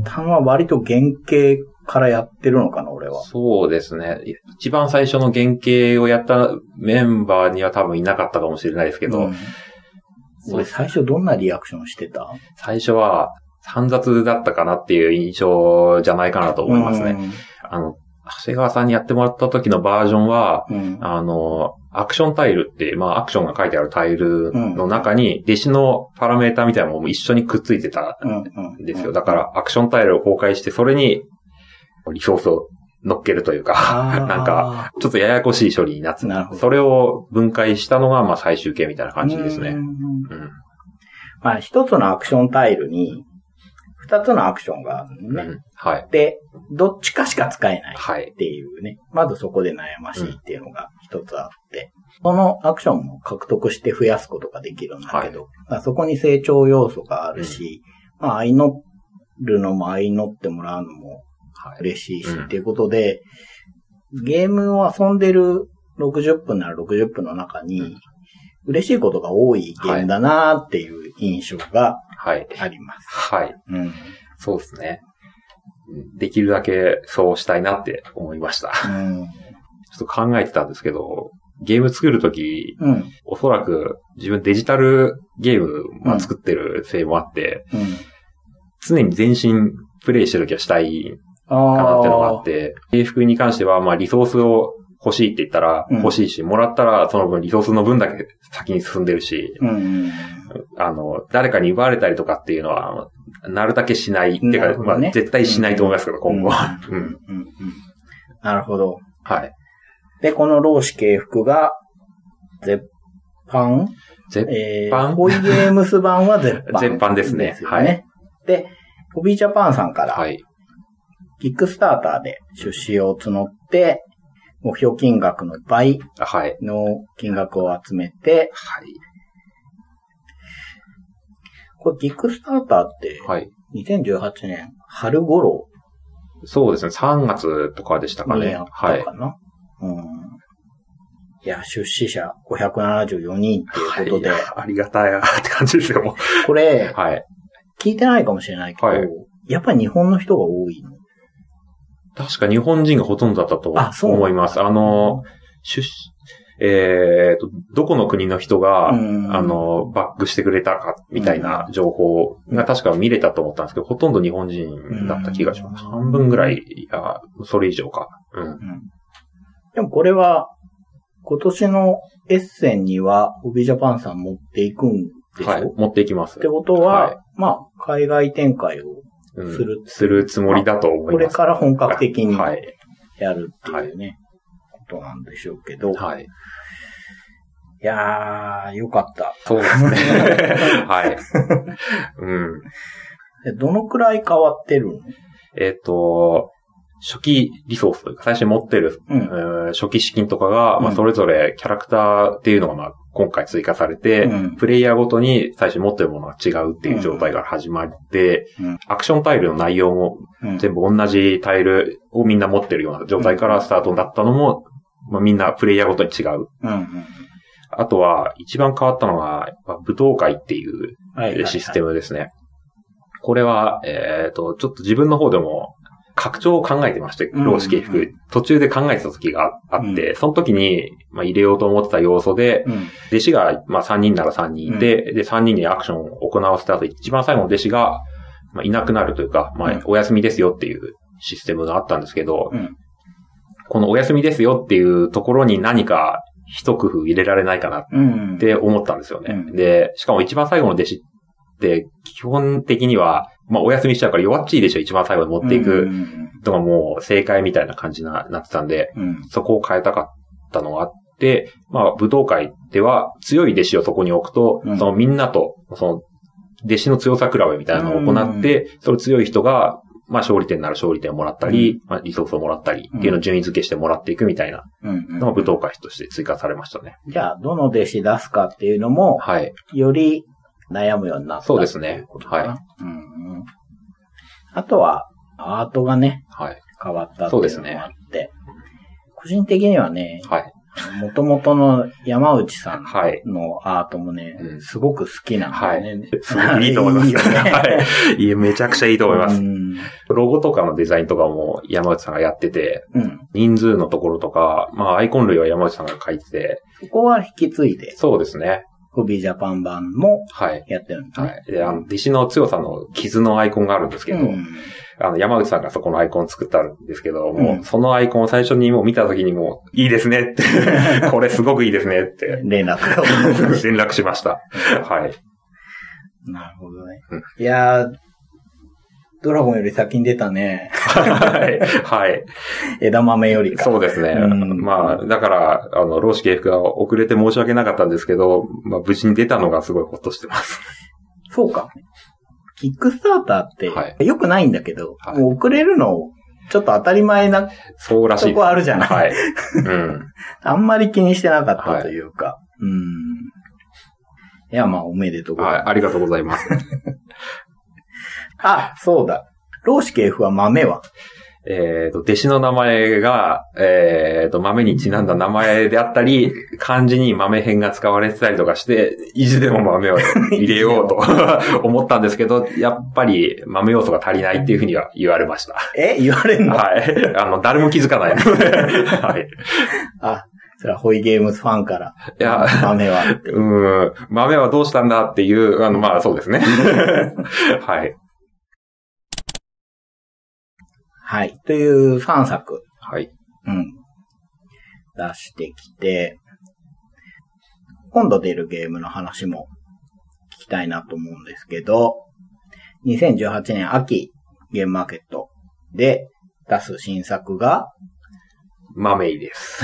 Speaker 1: たのは割と原型からやってるのかな、俺は。
Speaker 2: そうですね。一番最初の原型をやったメンバーには多分いなかったかもしれないですけど、
Speaker 1: うん俺最初どんなリアクションしてた
Speaker 2: 最初は煩雑だったかなっていう印象じゃないかなと思いますね。あの、長谷川さんにやってもらった時のバージョンは、
Speaker 1: うん。うん
Speaker 2: あの、アクションタイルって、まあ、アクションが書いてあるタイルの中に、弟子のパラメータみたいなのも一緒にくっついてた
Speaker 1: うんうん
Speaker 2: んですよ。だから、アクションタイルを公開して、それに、リソースを乗っけるという
Speaker 1: あ
Speaker 2: か、
Speaker 1: ー
Speaker 2: なんか、ちょっとややこしい処理になって
Speaker 1: なるほ
Speaker 2: た
Speaker 1: ど。
Speaker 2: それを分解したのが、まあ、最終形みたいな感じです
Speaker 1: う
Speaker 2: ね。
Speaker 1: ん
Speaker 2: うん。
Speaker 1: まあ、一つのアクションタイルに、二つのアクションがあるの
Speaker 2: う
Speaker 1: ね。
Speaker 2: ん。はい。
Speaker 1: で、どっちかしか使えない。
Speaker 2: はい
Speaker 1: っ。ていうね。まずそこで悩ましいっていうのが一つあって、このアクションも獲得して増やすことができるんだけど、まあそこに成長要素があるし、まあ、相乗るのも相乗ってもらうのも
Speaker 2: はい。
Speaker 1: 嬉しいし、
Speaker 2: うん
Speaker 1: っていうことで、ゲームを遊んでる60分なら60分の中に、
Speaker 2: うん
Speaker 1: 嬉しいことが多いゲームだなっていう印象が
Speaker 2: はい。
Speaker 1: あります。
Speaker 2: はい。
Speaker 1: うん。
Speaker 2: そうですね。できるだけそうしたいなって思いました。
Speaker 1: うん。
Speaker 2: ちょっと考えてたんですけど、ゲーム作るとき、
Speaker 1: うん。うん。
Speaker 2: おそらく自分デジタルゲームまあ作ってるせいもあって、常に全身プレイしてるときはしたい
Speaker 1: あ
Speaker 2: か
Speaker 1: あ。
Speaker 2: なってのがあって、制服に関してはまあリソースを欲しいって言ったら
Speaker 1: うん
Speaker 2: 欲しいし、もらったらその分リソースの分だけ先に進んでるし、
Speaker 1: うん。
Speaker 2: あの、誰かに奪われたりとかっていうのは、なるだけしない。ってい
Speaker 1: なる
Speaker 2: う
Speaker 1: ほ
Speaker 2: か、
Speaker 1: どね
Speaker 2: まあ絶対しないと思いますけど、今後は。
Speaker 1: う
Speaker 2: うんん。
Speaker 1: うんうんうんなるほど。
Speaker 2: はい。
Speaker 1: で、この老子系服が、絶版
Speaker 2: 絶
Speaker 1: えー、
Speaker 2: 版
Speaker 1: ホイゲームス版は絶版。
Speaker 2: 絶版ですね
Speaker 1: よで、ホビージャパンさんから、
Speaker 2: はい。
Speaker 1: キックスターターで出資を募って、目標金額の倍
Speaker 2: はい。
Speaker 1: の金額を集めて、
Speaker 2: はい。
Speaker 1: これ、キックスターターって、
Speaker 2: はい。
Speaker 1: 2018年春頃
Speaker 2: そうですね。3月とかでしたか
Speaker 1: に
Speaker 2: ね。
Speaker 1: やっ
Speaker 2: は
Speaker 1: た
Speaker 2: い。
Speaker 1: かな、うん。いや、出資者574人っていうことで、
Speaker 2: はいありがたいなって感じですよ。もう
Speaker 1: これ、
Speaker 2: はい。
Speaker 1: 聞いてないかもしれないけど、
Speaker 2: はい
Speaker 1: やっぱり日本の人が多いの。
Speaker 2: 確か日本人がほとんどだったと
Speaker 1: あそう
Speaker 2: 思います。あの、出資、えっと、どこの国の人が、
Speaker 1: うん
Speaker 2: あ、の、バックしてくれたか、みたいな情報が確か見れたと思ったんですけど、ほとんど日本人だった気がします。
Speaker 1: うん
Speaker 2: 半分ぐらい、いや、それ以上か。うん。
Speaker 1: うん。でもこれは、今年のエッセンには、オビジャパンさん持っていくんでしょ、
Speaker 2: はい。持っていきます。
Speaker 1: ってことは、
Speaker 2: はい
Speaker 1: まあ、海外展開を、
Speaker 2: うん
Speaker 1: する
Speaker 2: するつもりだと思い
Speaker 1: こ
Speaker 2: ます。
Speaker 1: れから本格的に
Speaker 2: はい。
Speaker 1: やるっていうね、ことなんでしょうけど、い、
Speaker 2: はい。
Speaker 1: やー、よかった。
Speaker 2: そうで すね。はい。うん。
Speaker 1: でどのくらい変わってるの
Speaker 2: えっ、と、初期リソースというか、最初に持ってる、
Speaker 1: うん
Speaker 2: うん初期資金とかが、ま
Speaker 1: う
Speaker 2: あ、
Speaker 1: ん
Speaker 2: それぞれキャラクターっていうのが、まあ、今回追加されて、
Speaker 1: うん
Speaker 2: プレイヤーごとに最初に持ってるものが違うっていう状態から始まって、
Speaker 1: うん
Speaker 2: アクションタイルの内容も
Speaker 1: うん
Speaker 2: 全部同じタイルをみんな持ってるような状態からスタートだったのも、まあ、みんなプレイヤーごとに違う。
Speaker 1: うんうん
Speaker 2: あとは、一番変わったのが、まあ武道会っていう
Speaker 1: はいはいはい
Speaker 2: システムですね。これは、えっ、と、ちょっと自分の方でも、拡張を考えてまして、
Speaker 1: うん
Speaker 2: 老式服、途中で考えてた時がああって、その時に、まあ、入れようと思ってた要素で、
Speaker 1: うん
Speaker 2: 弟子が、まあ、3人なら3人いて、で、3人にアクションを行わせた後、一番最後の弟子が、まあ、いなくなるというか、ま
Speaker 1: う
Speaker 2: あ
Speaker 1: ん、
Speaker 2: お休みですよっていうシステムがあったんですけど、
Speaker 1: うん
Speaker 2: このお休みですよっていうところに何か一工夫入れられないかな
Speaker 1: うん。
Speaker 2: って思ったんですよね。
Speaker 1: うん
Speaker 2: で、しかも一番最後の弟子って、基本的には、まあお休みしちゃうから弱っちいでしょ、一番最後に持ってい
Speaker 1: うん
Speaker 2: くのがもう正解みたいな感じにななってたんで、
Speaker 1: うんうん。
Speaker 2: そこを変えたかったのがあって、まあ武道会では強い弟子をそこに置くと、
Speaker 1: うん
Speaker 2: そのみんなと、その弟子の強さ比べみたいなのを行って、その強い人が、まあ勝利点なら勝利点をもらったり、まあリソースをもらったりっていうのを順位付けしてもらっていくみたいな
Speaker 1: うんうん
Speaker 2: のが武道会として追加されましたね。
Speaker 1: じゃあ、どの弟子出すかっていうのも、
Speaker 2: はい。
Speaker 1: より悩むようになった
Speaker 2: そうですね
Speaker 1: っていうことかな
Speaker 2: は
Speaker 1: うんうん。あとは、アートがね、
Speaker 2: はい。
Speaker 1: 変わったって
Speaker 2: そうで
Speaker 1: いう
Speaker 2: す
Speaker 1: の
Speaker 2: ね
Speaker 1: もあって、個人的にはね、
Speaker 2: はい。
Speaker 1: もともとの山内さん
Speaker 2: はい。
Speaker 1: のアートもね、
Speaker 2: うん
Speaker 1: すごく好きなんだよね。
Speaker 2: すご くいいと思います。
Speaker 1: いい よね
Speaker 2: はい。いや、めちゃくちゃいいと思います。
Speaker 1: うん。
Speaker 2: ロゴとかのデザインとかも山内さんがやってて、
Speaker 1: うん。
Speaker 2: 人数のところとか、まあ、アイコン類は山内さんが書いてて、
Speaker 1: そこは引き継いで、
Speaker 2: そうですね。
Speaker 1: ホビージャパン版も
Speaker 2: はい。
Speaker 1: やってるんだ
Speaker 2: は
Speaker 1: ね。
Speaker 2: い。で、あの、弟子の強さの傷のアイコンがあるんですけど、
Speaker 1: うん
Speaker 2: あの、山内さんがそこのアイコン作ったんですけど、もう、
Speaker 1: うん
Speaker 2: そのアイコンを最初にもう見た時にもう、いいですねって、 これすごくいいですねって、
Speaker 1: 連絡が。
Speaker 2: 連絡しました。 はい。
Speaker 1: なるほどね
Speaker 2: うん。
Speaker 1: いやー、ドラゴンより先に出たね。
Speaker 2: はい。はい。
Speaker 1: 枝豆よりか。
Speaker 2: そうですね。
Speaker 1: うん
Speaker 2: まあ、だから、あの、老子系服が遅れて申し訳なかったんですけど、まあ、無事に出たのがすごいほっとし てます。
Speaker 1: そうか。キックスターターって、
Speaker 2: は
Speaker 1: 良くないんだけど、
Speaker 2: はい
Speaker 1: もう遅れるの、ちょっと当たり前な、
Speaker 2: そうらしい
Speaker 1: そ
Speaker 2: です。
Speaker 1: こあるじゃない
Speaker 2: はい。うん。
Speaker 1: あんまり気にしてなかった
Speaker 2: はい
Speaker 1: というか、うん。いや、まあ、おめでとうござい
Speaker 2: は
Speaker 1: ま
Speaker 2: い
Speaker 1: す。。
Speaker 2: ありがとうございます。
Speaker 1: あ、そうだ。老子系譜は豆は。
Speaker 2: えっと、弟子の名前が、えっと、豆にちなんだ名前であったり、漢字に豆編が使われてたりとかして、意地でも豆を入 れようと思ったんですけど、やっぱり豆要素が足りないっていうふうには言わ れました。
Speaker 1: え言われんの
Speaker 2: はい。あの、誰も気 づかない。はい。
Speaker 1: あ、それはホイゲームズファンから。
Speaker 2: いや、
Speaker 1: 豆は。
Speaker 2: うーん。豆はどうしたんだっていう、あの、まあそう ですね。はい。
Speaker 1: はい。という3作。
Speaker 2: はい。
Speaker 1: うん。出してきて、今度出るゲームの話も聞きたいなと思うんですけど、2018年秋、ゲームマーケットで出す新作が、
Speaker 2: 豆 いです。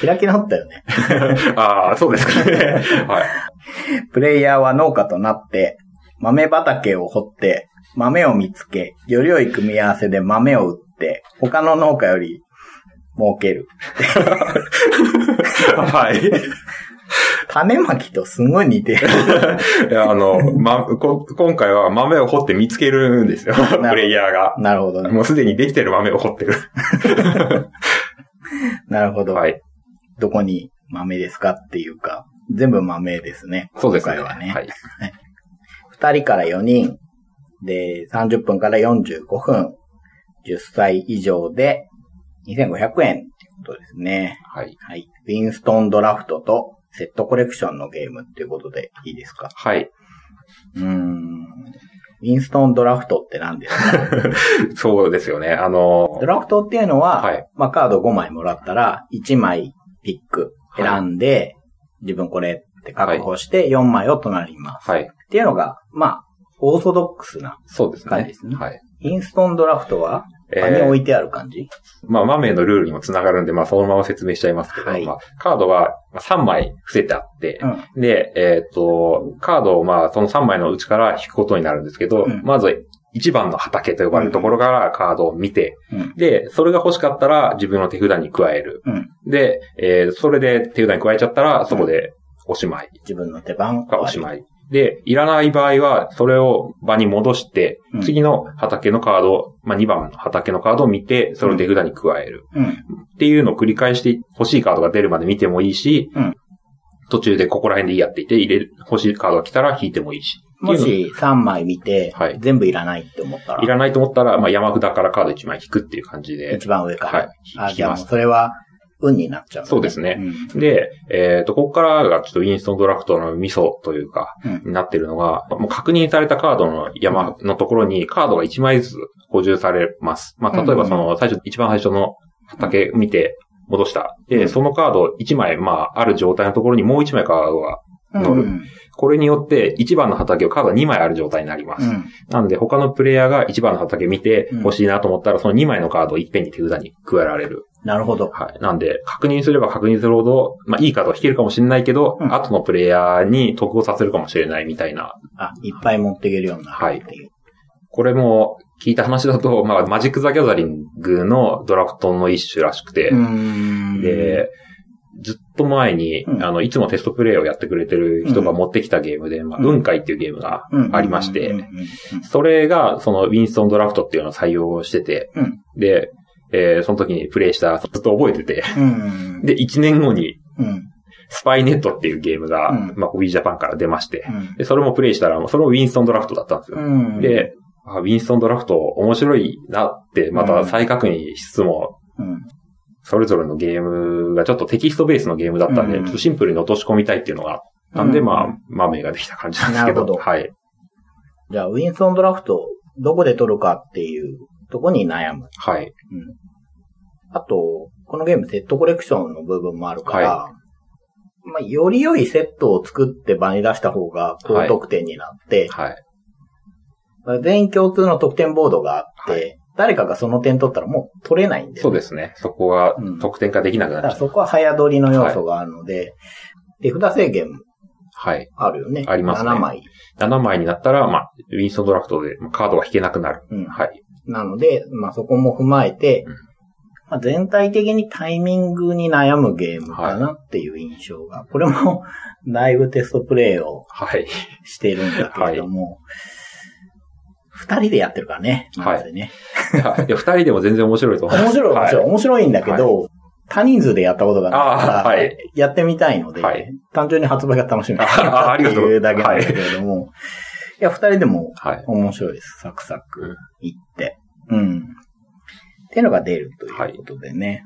Speaker 1: 開き直ったよね。
Speaker 2: ああ、そうですかね。はい。
Speaker 1: プレイヤーは農家となって、豆畑を掘って、豆を見つけ、より良い組み合わせで豆を売って、他の農家より儲ける。
Speaker 2: はい。
Speaker 1: 種まきとすごい似てる。
Speaker 2: いや、あの、ま、こ今回は豆を掘って見つけるんですよ。
Speaker 1: ど
Speaker 2: プレイヤーが。
Speaker 1: なるほどね。
Speaker 2: もうすでにできてる豆を掘ってる。
Speaker 1: なるほど。
Speaker 2: はい。
Speaker 1: どこに豆ですかっていうか、全部豆ですね。
Speaker 2: そうですね。
Speaker 1: 今回はね。
Speaker 2: はい。
Speaker 1: 2人から4人で30分から45分、10歳以上で2500円ってことですね。
Speaker 2: はい。
Speaker 1: はい。ウィンストンドラフトとセットコレクションのゲームっていうことでいいですか
Speaker 2: はい。
Speaker 1: うーん。ウィンストンドラフトって何ですか
Speaker 2: そうですよね。あの
Speaker 1: ド、ラフトっていうのは、
Speaker 2: はい
Speaker 1: まあカード5枚もらったら、1枚ピック選んで、自分これって確保して4枚を隣ります。
Speaker 2: はい。
Speaker 1: っていうのが、まあ、オーソドックスな
Speaker 2: そうです
Speaker 1: 感じ
Speaker 2: ね
Speaker 1: ですね。
Speaker 2: はい。
Speaker 1: インストンドラフトは、
Speaker 2: えー
Speaker 1: 場に置いてある感じ、
Speaker 2: まあ、豆のルールにもつながるんで、まあ、そのまま説明しちゃいますけど、
Speaker 1: はい
Speaker 2: まあ、カードはまあ3枚伏せてあって、
Speaker 1: うん。
Speaker 2: で、えっ、と、カードをまあ、その3枚のうちから引くことになるんですけど、
Speaker 1: うん
Speaker 2: まず、1番の畑と呼ばれるところからカードを見て、
Speaker 1: うん。
Speaker 2: で、それが欲しかったら自分の手札に加える。
Speaker 1: うん。
Speaker 2: で、えーそれで手札に加えちゃったら、そこでおしまい
Speaker 1: 自分の手番
Speaker 2: がおしまい。で、いらない場合は、それを場に戻して
Speaker 1: うん、
Speaker 2: 次の畑のカード、まあ、2番の畑のカードを見て、それを手札に加える。
Speaker 1: うん。
Speaker 2: っていうのを繰り返して、欲しいカードが出るまで見てもいいし、
Speaker 1: うん
Speaker 2: 途中でここら辺でいいやっていて、入れる、欲しいカードが来たら引いてもいいし。
Speaker 1: も
Speaker 2: ってい
Speaker 1: し
Speaker 2: う
Speaker 1: 3枚見て、
Speaker 2: はい
Speaker 1: 全部いらないって思った
Speaker 2: の
Speaker 1: ら、
Speaker 2: いらないと思ったら、まあ、山札からカード1枚引くっていう感じで
Speaker 1: 一、番上から。
Speaker 2: はい、
Speaker 1: あ、
Speaker 2: 引き
Speaker 1: じゃあ
Speaker 2: ま
Speaker 1: もう
Speaker 2: す。
Speaker 1: それは、運になっちゃう、
Speaker 2: そうですね
Speaker 1: ん
Speaker 2: で、えっ、と、ここからがちょっとインストンドラフトのミソというか、
Speaker 1: うん。
Speaker 2: になってるのが、もう確認されたカードの山のところにカードが1枚ずつ補充されます。まあ、例えばその最初、一番最初の畑見て戻した。
Speaker 1: う
Speaker 2: で、
Speaker 1: ん
Speaker 2: そのカード1枚、まあ、ある状態のところにもう1枚カードが、
Speaker 1: うん。
Speaker 2: 乗る
Speaker 1: うん。
Speaker 2: これによって1番の畑をカードが2枚ある状態になりま
Speaker 1: う
Speaker 2: す。
Speaker 1: ん
Speaker 2: なんで、他のプレイヤーが1番の畑見て
Speaker 1: うん
Speaker 2: 欲しいなと思ったら、その2枚のカードをいっぺんに手札に加えられる。
Speaker 1: なるほど。
Speaker 2: はい。なんで、確認すれば確認するほど、まあ、いいカードを引けるかもしれないけど、
Speaker 1: うん
Speaker 2: 後のプレイヤーに得をさせるかもしれないみたいな
Speaker 1: あ、いっぱい持っていけるようになるっていう。
Speaker 2: これも聞いた話だと、まあ、マジック・ザ・ギャザリングのドラフトの一種らしくて、
Speaker 1: うーん。
Speaker 2: で、ずっと前に、
Speaker 1: うん
Speaker 2: あの、いつもテストプレイをやってくれてる人が持ってきたゲームで、まあ、
Speaker 1: うん
Speaker 2: 雲海っていうゲームが
Speaker 1: うん
Speaker 2: ありまして、
Speaker 1: うんうんうん
Speaker 2: それが、その、ウィンストンドラフトっていうのを採用してて、
Speaker 1: うん
Speaker 2: で、えーその時にプレイした、ずっと覚えてて、
Speaker 1: うん。
Speaker 2: で、1年後に、
Speaker 1: うん。うん。
Speaker 2: スパイネットっていうゲームが、
Speaker 1: うん
Speaker 2: まあ、ホビージャパンから出まして、
Speaker 1: うん
Speaker 2: で、それもプレイしたら、それもウィンストンドラフトだったんですよ。
Speaker 1: うん。
Speaker 2: で、あウィンストンドラフト面白いなって、また再確認しつつも、
Speaker 1: うん、
Speaker 2: それぞれのゲームがちょっとテキストベースのゲームだったんで、
Speaker 1: うん
Speaker 2: ちょっとシンプルに落とし込みたいっていうのがあったんで、
Speaker 1: うん
Speaker 2: まあ、マメができた感じなんですけ
Speaker 1: なる
Speaker 2: ど。
Speaker 1: ほど
Speaker 2: はい。
Speaker 1: じゃあ、ウィンストンドラフト、どこで取るかっていうとこに悩む。
Speaker 2: はい。
Speaker 1: うん。あと、このゲームセットコレクションの部分もあるから、まあ、より良いセットを作って場に出した方が高得点になって、
Speaker 2: はい。
Speaker 1: まあ全員共通の得点ボードがあって、
Speaker 2: は
Speaker 1: 誰かがその点取ったらもう取れないんで、
Speaker 2: そうですね。そこが
Speaker 1: うん
Speaker 2: 得点化できなく
Speaker 1: だ
Speaker 2: な
Speaker 1: か
Speaker 2: っ
Speaker 1: ら
Speaker 2: ちゃう。
Speaker 1: そこは早取りの要素があるので、手札制限も
Speaker 2: はい。
Speaker 1: あるよね。
Speaker 2: ありますね
Speaker 1: 7枚。
Speaker 2: 7枚になったら、まあ、ウィンストンドラフトでまあカードが引けなくなる。
Speaker 1: うん
Speaker 2: はい。
Speaker 1: なので、まあ、そこも踏まえて、
Speaker 2: うん
Speaker 1: まあ、全体的にタイミングに悩むゲームかなっていう印象が、これも だいぶテストプレイを
Speaker 2: はい。
Speaker 1: してるんだけれども、二、人でやってるからね。
Speaker 2: はい
Speaker 1: まずね。
Speaker 2: いや、いや二人でも全然面白いと思いま
Speaker 1: 面
Speaker 2: す。
Speaker 1: 白い、面白い、面白いんだけど、他人数でやったことがなかった
Speaker 2: あーはい
Speaker 1: やってみたいので、
Speaker 2: はい
Speaker 1: 単純に発売が楽しみだった
Speaker 2: あーあ
Speaker 1: って
Speaker 2: りがとう
Speaker 1: いうだけなんだけれども、い、や、二人でも
Speaker 2: はい。はい。
Speaker 1: 面白いです。サクサ
Speaker 2: う
Speaker 1: ク
Speaker 2: ん
Speaker 1: いって。うん。っていうのが出るということでね。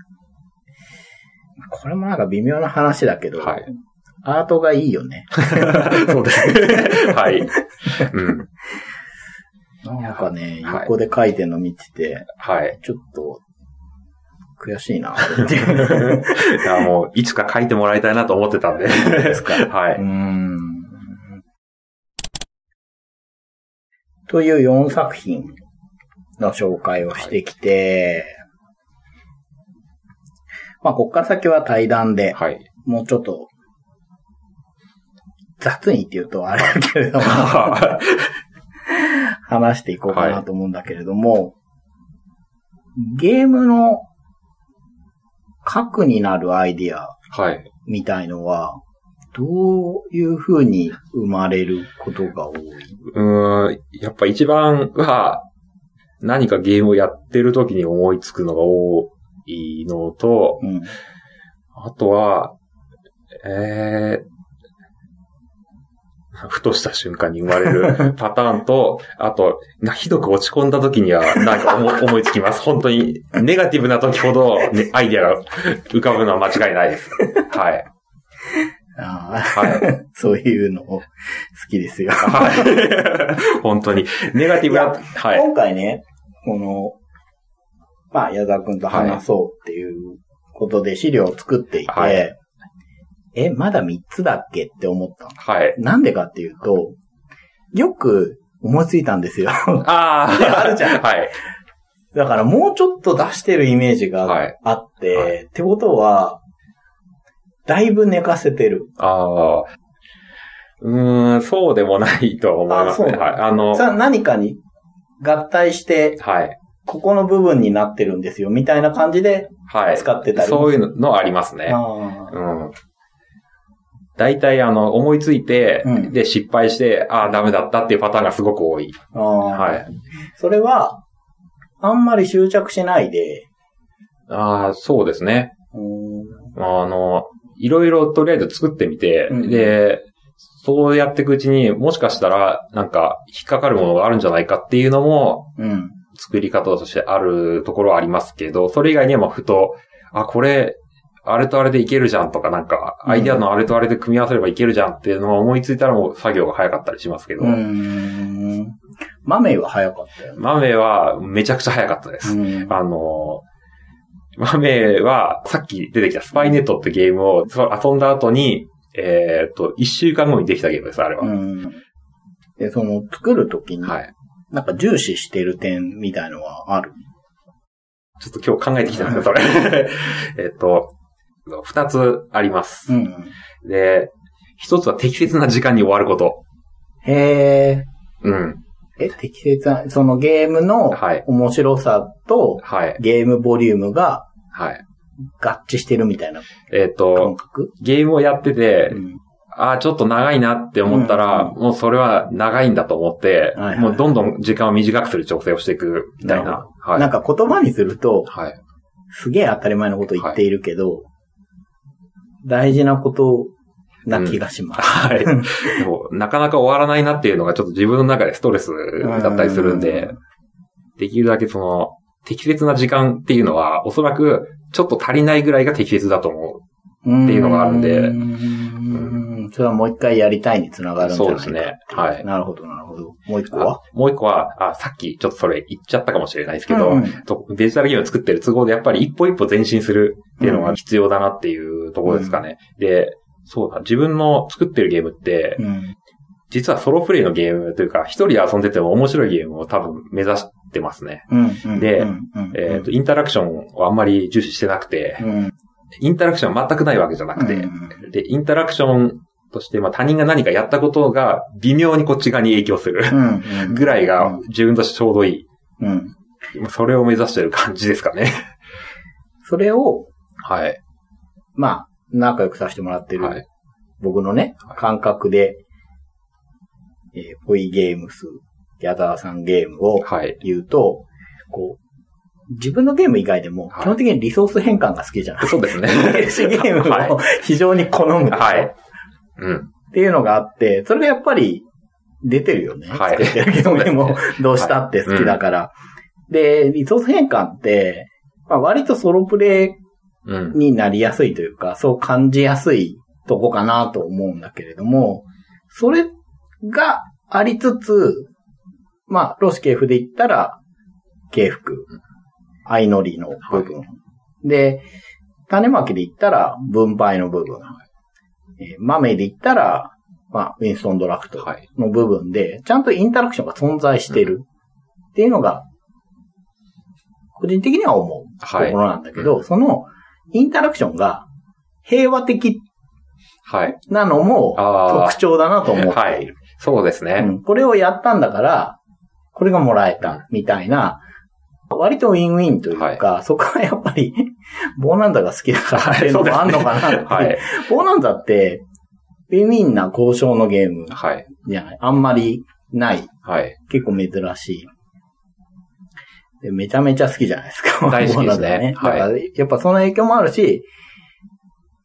Speaker 1: これもなんか微妙な話だけど、
Speaker 2: はい
Speaker 1: アートがいいよね。
Speaker 2: そうですね。はい。うん。
Speaker 1: なんかね、
Speaker 2: はい
Speaker 1: 横で書いてるの見てて、
Speaker 2: はい。
Speaker 1: ちょっと、悔しいな、って いう。
Speaker 2: いや、もう、いつか書いてもらいたいなと思ってたんで。
Speaker 1: ですか。
Speaker 2: は
Speaker 1: う
Speaker 2: い。
Speaker 1: ん。という4作品の紹介をしてきて、まあ、こっから先は対談で、
Speaker 2: はい。
Speaker 1: もうちょっと、雑にって言うとあれだけれども、話していこうかなと思うんだけれども、ゲームの核になるアイディア
Speaker 2: はい。
Speaker 1: みたいのは、どういう風に生まれることが多い
Speaker 2: うん、やっぱ一番は、何かゲームをやってる時に思いつくのが多いのと、
Speaker 1: うん。
Speaker 2: あとは、えー、ふとした瞬間に生ま れるパターンと、あと、なひどく落ち込んだ時には、なんか思 思いつきます。本当に、ネガティブな時ほど、ね、アイデアが浮かぶのは間違いないです。はい。
Speaker 1: ああ、
Speaker 2: はい。
Speaker 1: そういうの好きですよ。
Speaker 2: はい。 本当に。ネガティブ
Speaker 1: い
Speaker 2: な、はい。
Speaker 1: 今回ね、この、まあ、矢沢くんと話そうっていうことで資料を作っていて、
Speaker 2: はい
Speaker 1: え、まだ3つだっけって思ったの
Speaker 2: はい。
Speaker 1: なんでかっていうと、よく思いついたんですよ。
Speaker 2: あ
Speaker 1: で
Speaker 2: あ。
Speaker 1: あるじゃん
Speaker 2: はい。
Speaker 1: だからもうちょっと出してるイメージ
Speaker 2: は
Speaker 1: が
Speaker 2: い
Speaker 1: あって、
Speaker 2: は
Speaker 1: ってことは、だいぶ寝かせてる。
Speaker 2: ああ。うーん、そうでもないとは思いますね。
Speaker 1: あそう
Speaker 2: はい。あの、
Speaker 1: さあ何かに合体して、
Speaker 2: はい。
Speaker 1: ここの部分になってるんですよ、みたいな感じで
Speaker 2: はい。
Speaker 1: 使ってたり。
Speaker 2: そういうののありますね。
Speaker 1: あ
Speaker 2: うん。大体、あの、思いついて、
Speaker 1: うん
Speaker 2: で、失敗して、ああ、ダメだったっていうパターンがすごく多い。
Speaker 1: ーあー
Speaker 2: はい。
Speaker 1: それは、あんまり執着しないで、
Speaker 2: ああ、そうですね。
Speaker 1: うーん
Speaker 2: あの、いろいろとりあえず作ってみて、
Speaker 1: うん
Speaker 2: で、そうやっていくうちに、もしかしたら、なんか、引っかかるものがあるんじゃないかっていうのも、
Speaker 1: うん。
Speaker 2: 作り方としてあるところはありますけど、それ以外にもふと、あ、これ、あれとあれでいけるじゃんとか、なんか、
Speaker 1: うん
Speaker 2: アイデアのあれとあれで組み合わせればいけるじゃんっていうのを思いついたらもう作業が早かったりしますけど、
Speaker 1: うーん。豆は早かったよね。
Speaker 2: 豆はめちゃくちゃ早かったです。
Speaker 1: うん
Speaker 2: あの、豆はさっき出てきたスパイネットってゲームをそ遊んだ後に、えーっと、一週間後にできたゲームです、あれは。
Speaker 1: うん。で、その、作るときに、
Speaker 2: はい。
Speaker 1: なんか重視してる点みたいのはある。
Speaker 2: ちょっと今日考えてきたんですよ、そ れ。えーっと、二つあります。
Speaker 1: うん。
Speaker 2: で、一つは適切な時間に終わること。
Speaker 1: へえ。
Speaker 2: うん。
Speaker 1: え、適切な、そのゲームの
Speaker 2: はい。
Speaker 1: 面白さと
Speaker 2: はい。
Speaker 1: ゲームボリュームが
Speaker 2: はい。
Speaker 1: 合致してるみたいな
Speaker 2: えっ、
Speaker 1: 感
Speaker 2: と、
Speaker 1: 覚
Speaker 2: ゲームをやってて、
Speaker 1: うん。
Speaker 2: ああ、ちょっと長いなって思ったら、
Speaker 1: う
Speaker 2: もうそれは長いんだと思って、
Speaker 1: はいはい
Speaker 2: もうどんどん時間を短くする調整をしていくみたい
Speaker 1: なる
Speaker 2: な。はい。
Speaker 1: なんか言葉にすると、
Speaker 2: はい。
Speaker 1: すげえ当たり前のこと言っているけど、大事なことな気がします。
Speaker 2: はい。でもなかなか終わらないなっていうのがちょっと自分の中でストレスだったりするんで、できるだけその、適切な時間っていうのは、おそらく、ちょっと足りないぐらいが適切だと思
Speaker 1: うん、
Speaker 2: っていうのがあるんで
Speaker 1: うーんそれはもう一回やりたいにつながるんじゃないかってい
Speaker 2: そうですねはい
Speaker 1: なるほど、なるほど。もう一
Speaker 2: う。
Speaker 1: 個は
Speaker 2: あもう一個は、あ、さっきちょっとそれ言っちゃったかもしれないですけど、
Speaker 1: うん
Speaker 2: とデジタルゲームを作ってる都合でやっぱり一歩一歩前進するっていうのが必要だなっていうところですかね。で、そうだ、自分の作ってるゲームって、
Speaker 1: うん
Speaker 2: 実はソロプレイのゲームというか、一人で遊んでても面白いゲームを多分目指してますね。
Speaker 1: うんうん
Speaker 2: で
Speaker 1: うんうん
Speaker 2: えっ、と、インタラクションをあんまり重視してなくて、
Speaker 1: うん
Speaker 2: インタラクションは全くないわけじゃなく
Speaker 1: う
Speaker 2: て、
Speaker 1: ん
Speaker 2: で、インタラクションとして、まあ他人が何かやったことが微妙にこっち側に影響する
Speaker 1: うんうん
Speaker 2: ぐらいが自分としてちょうどい
Speaker 1: うん
Speaker 2: い。それを目指してる感じですかね。
Speaker 1: それを、
Speaker 2: はい。
Speaker 1: まあ、仲良くさせてもらってる、
Speaker 2: はい。
Speaker 1: 僕のね
Speaker 2: は、い
Speaker 1: 感覚で、えー、ポイゲームス、矢沢さんゲームを
Speaker 2: はい。
Speaker 1: 言うと、こう、自分のゲーム以外でも、
Speaker 2: はい
Speaker 1: 基本的にリソース変換が好きじゃん。
Speaker 2: そうですね。
Speaker 1: PC ゲームを
Speaker 2: は
Speaker 1: 非常に好む。
Speaker 2: はい。うん。
Speaker 1: っていうのがあって、それがやっぱり出てるよね。
Speaker 2: は
Speaker 1: 作
Speaker 2: い
Speaker 1: ってるゲームで
Speaker 2: そう
Speaker 1: も
Speaker 2: で
Speaker 1: どうしたって好きだから。で、リソース変換って、まあ、割とソロプレイ
Speaker 2: うん。
Speaker 1: になりやすいというか、そう感じやすいとこかなと思うんだけれども、それがありつつ、まあ、ロス系譜で言ったら、系服、相乗りの部分。で、種まきで言ったら、分配の部分。えー豆で言ったら、まあ、ウィンストンドラフト
Speaker 2: はい。
Speaker 1: の部分で、ちゃんとインタラクションが存在してるっていうのが、個人的には思う。とこ
Speaker 2: はい。
Speaker 1: ろなんだけど、そのインタラクションが平和的
Speaker 2: はい。
Speaker 1: なのも
Speaker 2: ああ
Speaker 1: 特。徴だなと思っ
Speaker 2: は
Speaker 1: てい
Speaker 2: い
Speaker 1: る。。
Speaker 2: そうですね
Speaker 1: う。んこれをやったんだから、これがもらえたみたいな、割とウィンウィンというか、そこはやっぱり、 ボーナンザが好きだからっていうのもあんのかなっていう。
Speaker 2: はい。
Speaker 1: ボーナンザって、ビビンな交渉のゲーム
Speaker 2: はい。
Speaker 1: じゃない。あんまりない。
Speaker 2: はい。
Speaker 1: 結構珍しい。でめちゃめちゃ好きじゃないですか。
Speaker 2: 大好 きですね
Speaker 1: 僕なんか
Speaker 2: は
Speaker 1: だからやっぱその影響もあるし、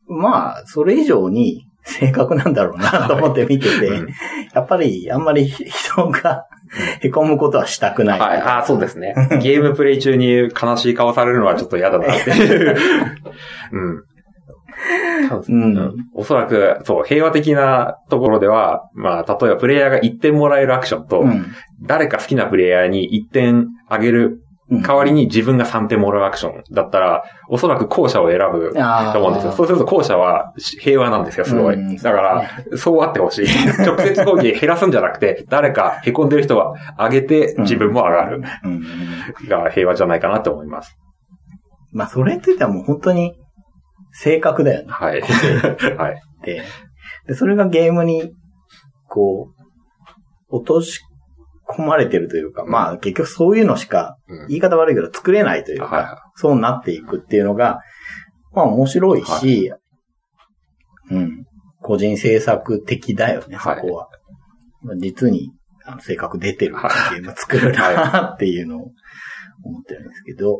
Speaker 1: まあ、それ以上に 正確なんだろうなと思って見てて、
Speaker 2: うん
Speaker 1: やっぱりあんまり人が 凹むことはしたくない。
Speaker 2: はい。ああ、そうですね。ゲームプレイ中に悲しい顔されるのはちょっと嫌だなっていう。うん。多分
Speaker 1: うん
Speaker 2: うんおそらく、そう、平和的なところでは、まあ、例えばプレイヤーが1点もらえるアクションと、
Speaker 1: うん。
Speaker 2: 誰か好きなプレイヤーに1点あげる
Speaker 1: うん
Speaker 2: 代わりに自分が3点もらうアクションだったら、おそらく後者を選ぶ
Speaker 1: あー
Speaker 2: と思うんですよ。そうすると後者はし平和なんですよ、すご
Speaker 1: うん
Speaker 2: い。だから、そうあって ほしい。直接攻撃減らすんじゃなくて、誰か凹んでる人は上げて自分も上がる
Speaker 1: うん
Speaker 2: が平和じゃないかなと思います。
Speaker 1: まあ、それって言ったらもう本当に正確だよね
Speaker 2: はい。はい。
Speaker 1: って、で、それがゲームに、こう、落とし込まれてるというか、まあ結局そういうのしか、
Speaker 2: うん
Speaker 1: 言い方悪いけど作れないというか、
Speaker 2: は
Speaker 1: そうなっていくっていうのが、まあ面白いし、うん。個人制作的だよね、そ
Speaker 2: はい
Speaker 1: こは。まあ実に、あの、性格出てる
Speaker 2: は
Speaker 1: ゲーム作るなっていうのを思ってるんですけど、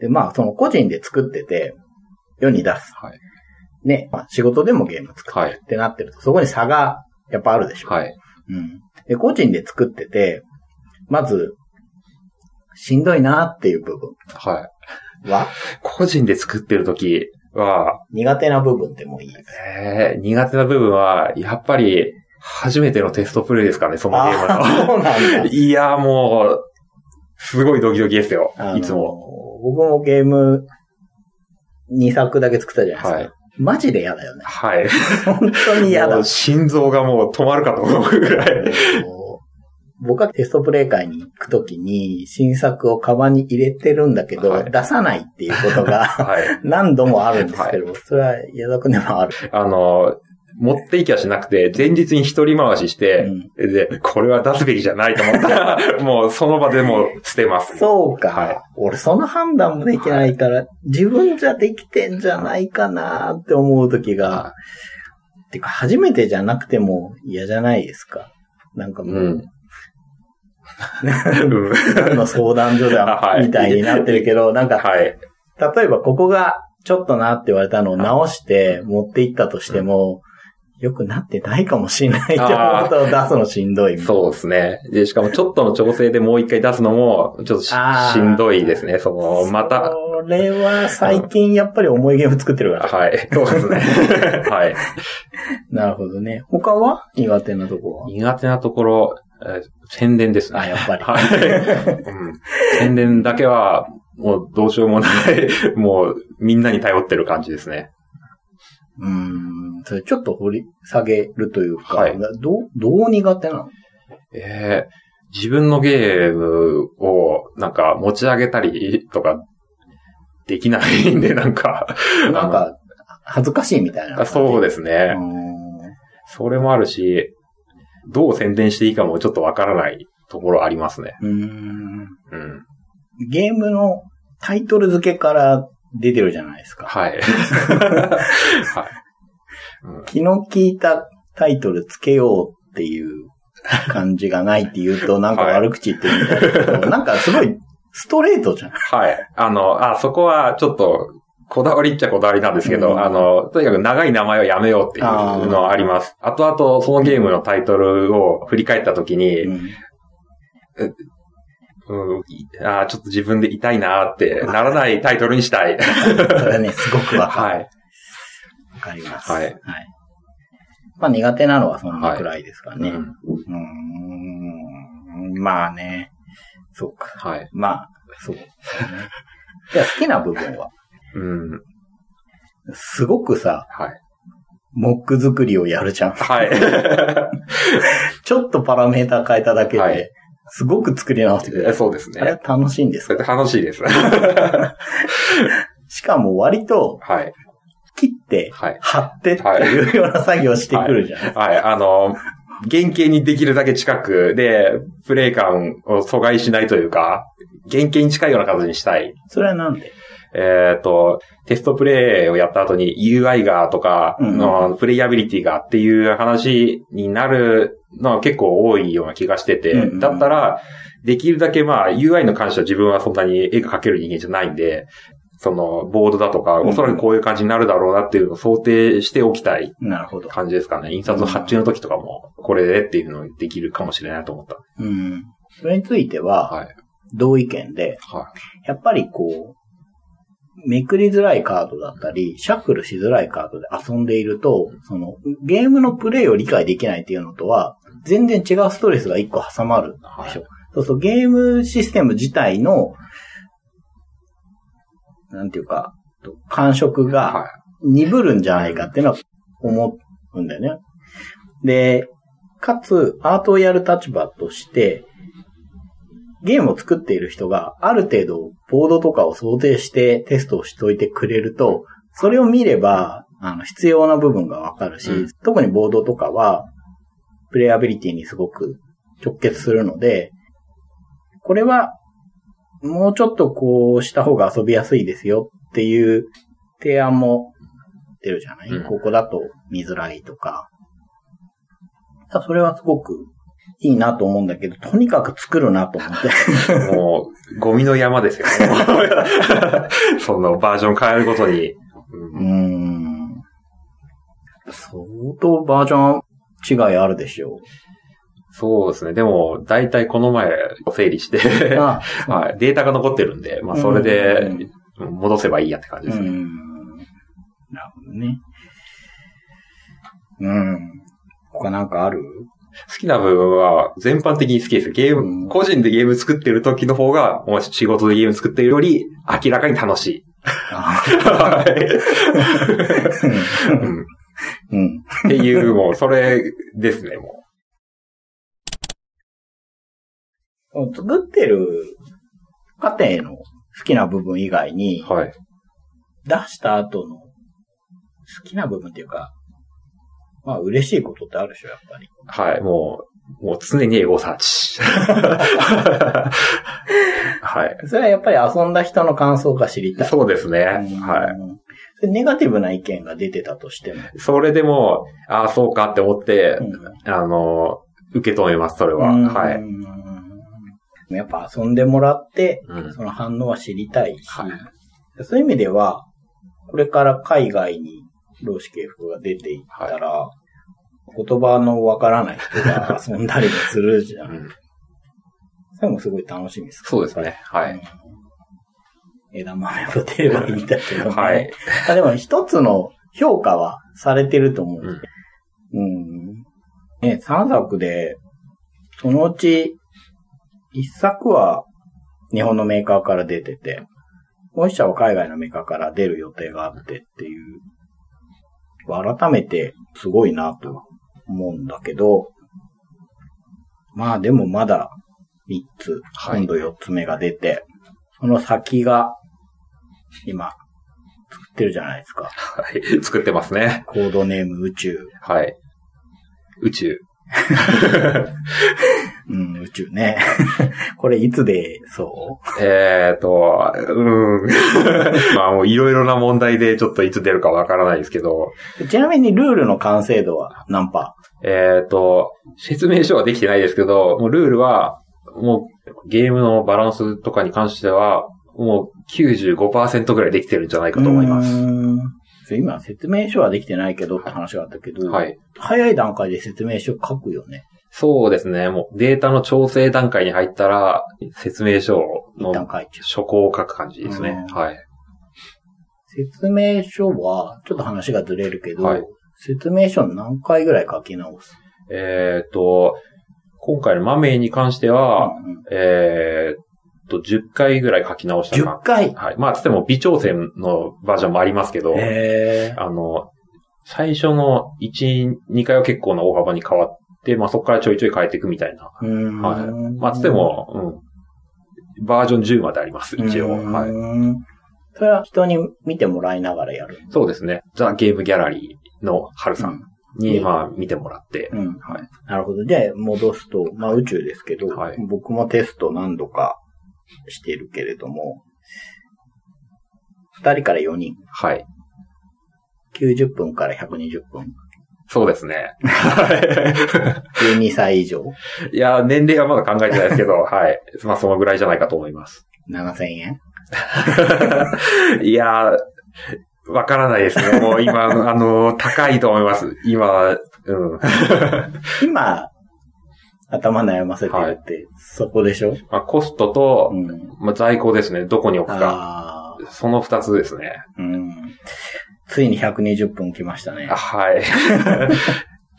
Speaker 1: で、まあその個人で作ってて、世に出す。
Speaker 2: はい
Speaker 1: ね、まあ仕事でもゲーム作って
Speaker 2: い。はい。
Speaker 1: ってなってると、そこに差がやっぱあるでしょ。
Speaker 2: はい。
Speaker 1: うん。で、個人で作ってて、まず、しんどいなっていう部分
Speaker 2: はい。
Speaker 1: は、
Speaker 2: 個人で作ってる時は、
Speaker 1: 苦手な部分でもいいです。
Speaker 2: えー苦手な部分は、やっぱり、初めてのテストプレイですかね、そのゲームの。
Speaker 1: あーそうなんだ。
Speaker 2: いや、もう、すごいドキドキですよ
Speaker 1: あ。の
Speaker 2: いつも。。
Speaker 1: 僕もゲーム、2作だけ作ったじゃないですか。
Speaker 2: はい。
Speaker 1: マジで嫌だよね。
Speaker 2: はい。
Speaker 1: 本当に嫌
Speaker 2: も
Speaker 1: だ
Speaker 2: う。心臓がもう止まるかと思うぐら い。
Speaker 1: こう僕はテストプレイ会に行くときに、新作をカバンに入れてるんだけど、
Speaker 2: はい
Speaker 1: 出さないっていうことが
Speaker 2: はい。
Speaker 1: 何度もあるんですけど、それは矢田くんでもある。
Speaker 2: あの、持っていきゃしなくて、前日に一人回しして、
Speaker 1: うん
Speaker 2: で、これは出すべきじゃないと思った ら、もうその場でもう捨てます。
Speaker 1: そうか。
Speaker 2: はい
Speaker 1: 俺、その判断もできないから、自分じゃできてんじゃないかなって思う時が
Speaker 2: は、
Speaker 1: てか、初めてじゃなくても嫌じゃないですか。なんかも
Speaker 2: う
Speaker 1: う、
Speaker 2: ん。 うん
Speaker 1: の相談所だ、
Speaker 2: はい
Speaker 1: みたいになってるけど、なんか、
Speaker 2: はい。
Speaker 1: 例えばここがちょっとなって言われたのを直して持っていったとしても、よくなってないかもしれないって思うと出すのしんどいみたいな。
Speaker 2: そうですね。で、しかもちょっとの調整でもう一回出すのも、ちょっとし
Speaker 1: あー
Speaker 2: しんどいですね。その、また、
Speaker 1: それは最近やっぱり重いゲーム作ってるから。
Speaker 2: はい。そうです ね。はい。
Speaker 1: なるほどね。他は苦手なとこは
Speaker 2: 苦手なところ、えー宣伝ですね。
Speaker 1: あ、やっぱり。
Speaker 2: はい。うん。宣伝だけは、もうどうしようもない、もうみんなに頼ってる感じですね。
Speaker 1: うーん。それちょっと掘り下げるというか、
Speaker 2: はい
Speaker 1: どう、どう苦手なの
Speaker 2: ええ自分のゲームをなんか持ち上げたりとかできないんで、なんか。
Speaker 1: なんか、恥ずかしいみたいな
Speaker 2: あの、
Speaker 1: 感じ。
Speaker 2: そうですすね。それもあるし、どう宣伝していいかもちょっとわからないところありますね。
Speaker 1: うーん。
Speaker 2: うん。
Speaker 1: ゲームのタイトル付けから出てるじゃないですか。
Speaker 2: はい。はい。
Speaker 1: 気の利いたタイトルつけようっていう感じがないって言うと、なんか悪口言ってるみたいだけど、 なんかすごいストレートじゃん。
Speaker 2: はい。あの、あ、そこはちょっと、こだわりっちゃこだわりなんですけど、
Speaker 1: うん
Speaker 2: あの、とにかく長い名前はやめようっていうのはあります。あとあと、そのゲームのタイトルを振り返ったときに、うん
Speaker 1: うん
Speaker 2: いあちょっと自分で痛いなってならないタイトルにしたい。
Speaker 1: それはね、すごくわかる。
Speaker 2: はい。
Speaker 1: わかります。
Speaker 2: はい
Speaker 1: まあ苦手なのはそんなくらいですかね。う
Speaker 2: う
Speaker 1: んーん。まあね。そうか。
Speaker 2: はい。
Speaker 1: まあ、そう、 ね。じゃあ好きな部分は、
Speaker 2: うん。はい。
Speaker 1: すごくさ、モック作りをやるじゃん。
Speaker 2: は
Speaker 1: ちょっとパラメーター変えただけ
Speaker 2: は
Speaker 1: で
Speaker 2: い、
Speaker 1: すごく作り直してくれる。
Speaker 2: い。そうです
Speaker 1: あれは
Speaker 2: ね。
Speaker 1: 楽しいんです
Speaker 2: そ
Speaker 1: か
Speaker 2: れ楽しいです。はい。
Speaker 1: しかも割と
Speaker 2: はい。
Speaker 1: 切って、
Speaker 2: はい。
Speaker 1: 貼ってっていうような作業をしてくるじゃん。
Speaker 2: あの、原型にできるだけ近くで、プレイ感を阻害しないというか、原型に近いような形にしたい
Speaker 1: それはなんで
Speaker 2: えっ、と、テストプレイをやった後に UI がとか、
Speaker 1: うん
Speaker 2: のプレイアビリティがっていう話になるのは結構多いような気がしてて、
Speaker 1: うんうん
Speaker 2: だったら、できるだけまあ UI の関しては自分はそんなに絵が描ける人間じゃないんで、そのボードだとか、
Speaker 1: うん
Speaker 2: おそらくこういう感じになるだろうなっていうのを想定しておきたい
Speaker 1: なるほど。
Speaker 2: 感じですかね。印刷の発注の時とかも、これでっていうのできるかもしれないと思った。
Speaker 1: うん。それについては、
Speaker 2: はい。
Speaker 1: 同意見で、
Speaker 2: は
Speaker 1: やっぱりこう、めくりづらいカードだったり、シャッフルしづらいカードで遊んでいると、その、ゲームのプレイを理解できないっていうのとは、全然違うストレスが一個挟まるでしょ。そうそう、ゲームシステム自体の、なんていうか、と感触
Speaker 2: い。
Speaker 1: が
Speaker 2: は
Speaker 1: 鈍るんじゃないかっていうのは思うんだよね。で、かつ、アートをやる立場として、ゲームを作っている人がある程度ボードとかを想定してテストをしといてくれると、それを見れば、あの、必要な部分がわかるし、
Speaker 2: うん
Speaker 1: 特にボードとかは、プレイアビリティにすごく直結するので、これは、もうちょっとこうした方が遊びやすいですよっていう提案も出るじゃない、
Speaker 2: うん
Speaker 1: ここだと見づらいとか。だからそれはすごくいいなと思うんだけど、とにかく作るなと思って。
Speaker 2: い。もう、ゴミの山ですよ。 そのバージョン変えること
Speaker 1: う
Speaker 2: に。
Speaker 1: ー
Speaker 2: うん
Speaker 1: ん。相当バージョン違いあるでしょ
Speaker 2: そうですね。でも、だいたいこの前整理して、
Speaker 1: う。あ、
Speaker 2: はい、データが残ってるんで、まあ、それ
Speaker 1: うん
Speaker 2: で戻せばいいやって感じ
Speaker 1: う
Speaker 2: ですね。
Speaker 1: ん。なるほどね。うん。他なんかある
Speaker 2: 好きな部分は全般的に好きです。ゲー
Speaker 1: うん
Speaker 2: ム、個人でゲーム作ってる時の方が、もう仕事でゲーム作ってるより明らかに楽し い。
Speaker 1: あ
Speaker 2: はいうん
Speaker 1: うん。
Speaker 2: っていう、もう、それですね、も
Speaker 1: 作ってる過程の好きな部分以外に、
Speaker 2: う。はい。
Speaker 1: 出した後の好きな部分っていうか、まあ嬉しいことってあるでしょ、やっぱり。
Speaker 2: はい、もう、もう常にエゴサーチ。 はい。
Speaker 1: それはやっぱり遊んだ人の感想が知りたい。
Speaker 2: そうですね。
Speaker 1: うん
Speaker 2: は
Speaker 1: それネガティブな意見が出てたとしても。
Speaker 2: い。それでも、ああ、そうかって思って、あの、受け止めます、それは。
Speaker 1: うん
Speaker 2: はい。。
Speaker 1: やっぱ遊んでもらって、
Speaker 2: うん。
Speaker 1: その反応は知りたいし、
Speaker 2: はい
Speaker 1: そういう意味では、これから海外に老子系譜が出ていったら、言葉のわからない人が遊んだりもするじゃ。
Speaker 2: うんん
Speaker 1: それもすごい楽しみです。
Speaker 2: そうですね。はい。。
Speaker 1: 枝豆を出ればいいんだけど、
Speaker 2: はい。。
Speaker 1: あでも一つの評価はされてると思う。
Speaker 2: うん
Speaker 1: うん。ね、3作で、そのうち1作は日本のメーカーから出てて、もう1社は海外のメーカーから出る予定があってっていう、改めてすごいなとは思うんだけど、まあでもまだ3つ、
Speaker 2: はい
Speaker 1: 今度4つ目が出て、その先が今作ってるじゃないですか。
Speaker 2: はい。 作ってますね。
Speaker 1: コードネーム宇宙。
Speaker 2: はい。宇宙。
Speaker 1: うん、宇宙ね。 これいつで、そう
Speaker 2: えーと、うーん。 まあもういろいろな問題でちょっといつ出るかわからないですけど、
Speaker 1: ちなみにルールの完成度は何パ
Speaker 2: えーと、説明書はできてないですけど、もうルールは、もうゲームのバランスとかに関しては、もう95%ぐらいできてるんじゃない
Speaker 1: ー
Speaker 2: かと思います。
Speaker 1: うーんそう今説明書はできてないけどって話があったけど、
Speaker 2: はい。
Speaker 1: 早い段階で説明書書くよね。
Speaker 2: そうですね。もうデータの調整段階に入ったら、説明書
Speaker 1: 一
Speaker 2: の
Speaker 1: 旦書いちゃう。
Speaker 2: 書稿を書く感じですね。
Speaker 1: うん
Speaker 2: はい。
Speaker 1: 説明書は、ちょっと話がずれるけど、
Speaker 2: はい
Speaker 1: 説明書何回ぐらい書き直す
Speaker 2: えっ、と、今回のマメに関しては、
Speaker 1: うんうん
Speaker 2: えっ、と、10回ぐらい書き直した
Speaker 1: ?10
Speaker 2: か
Speaker 1: 回
Speaker 2: な。はい。まあ、つっても微調整のバージョンもありますけど、
Speaker 1: へ
Speaker 2: あの、最初の1、2回は結構な大幅に変わって、まあ、そこからちょいちょい変えていくみたいな。
Speaker 1: ー。うーん
Speaker 2: はい。まあ、つっても、うん。バージョン10まであります、一応。はい。
Speaker 1: い。それは人に見てもらいながらやる。
Speaker 2: そうですね。ザ・ゲームギャラリーの春さんに、
Speaker 1: うん
Speaker 2: まあ、見てもらって。
Speaker 1: うん。
Speaker 2: はい
Speaker 1: なるほど。で、戻すと、まあ宇宙ですけど、
Speaker 2: はい
Speaker 1: 僕もテスト何度かしてるけれども、 2人から4人。
Speaker 2: はい。
Speaker 1: 90分から120分。
Speaker 2: そうですね。は
Speaker 1: 12歳以上。
Speaker 2: い。いや、年齢はまだ考えてないですけ ど、はい。まあ、そのぐらいじゃないかと思います。
Speaker 1: 7000円
Speaker 2: いや、わからないです ね。もう今、あの、高いと思います。今、うん。
Speaker 1: 今、頭悩ませてるって、そこでしょ
Speaker 2: まあ、コストと
Speaker 1: う、ん。
Speaker 2: まあ、在庫ですね。どこに置くか。
Speaker 1: ああ、
Speaker 2: その二つですね。
Speaker 1: うん。ついに120分来ましたね
Speaker 2: あ。はい。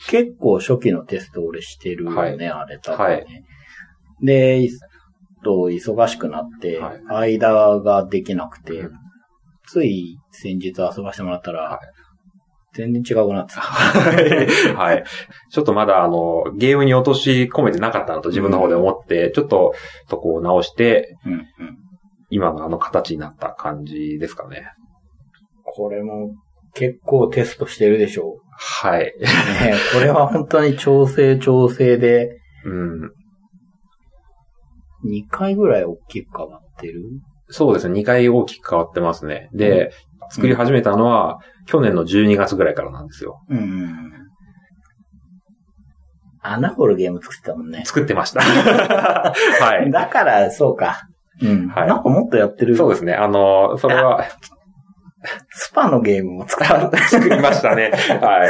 Speaker 1: 結構初期のテスト俺してるよね、
Speaker 2: はい
Speaker 1: あれ多分ね。で、いっと忙しくなって、間ができなくて、
Speaker 2: うん
Speaker 1: つい先日遊ばせてもらったら、
Speaker 2: はい
Speaker 1: 全然違うくなってた。
Speaker 2: はいはい。ちょっとまだあの、ゲームに落とし込めてなかったなと自分の方で思って、ちょっと、そこを直して、
Speaker 1: うんうん。
Speaker 2: 今のあの形になった感じですかね。
Speaker 1: これも結構テストしてるでしょ
Speaker 2: はい。
Speaker 1: う。ね、 これは本当に調整調整で、
Speaker 2: うん。
Speaker 1: 2回ぐらい大きく変わってる
Speaker 2: そうですね。2回大きく変わってますね。で、作り始めたのは、去年の12月ぐらいからなんですよ。
Speaker 1: うん。穴掘るゲーム作ってたもんね。
Speaker 2: 作って ました。は
Speaker 1: だから、そうか。うん。
Speaker 2: はい
Speaker 1: なんかもっとやって
Speaker 2: い。
Speaker 1: る。
Speaker 2: そうですね。あの、それ は、
Speaker 1: スパのゲームも作っ
Speaker 2: 作りましたね。はい。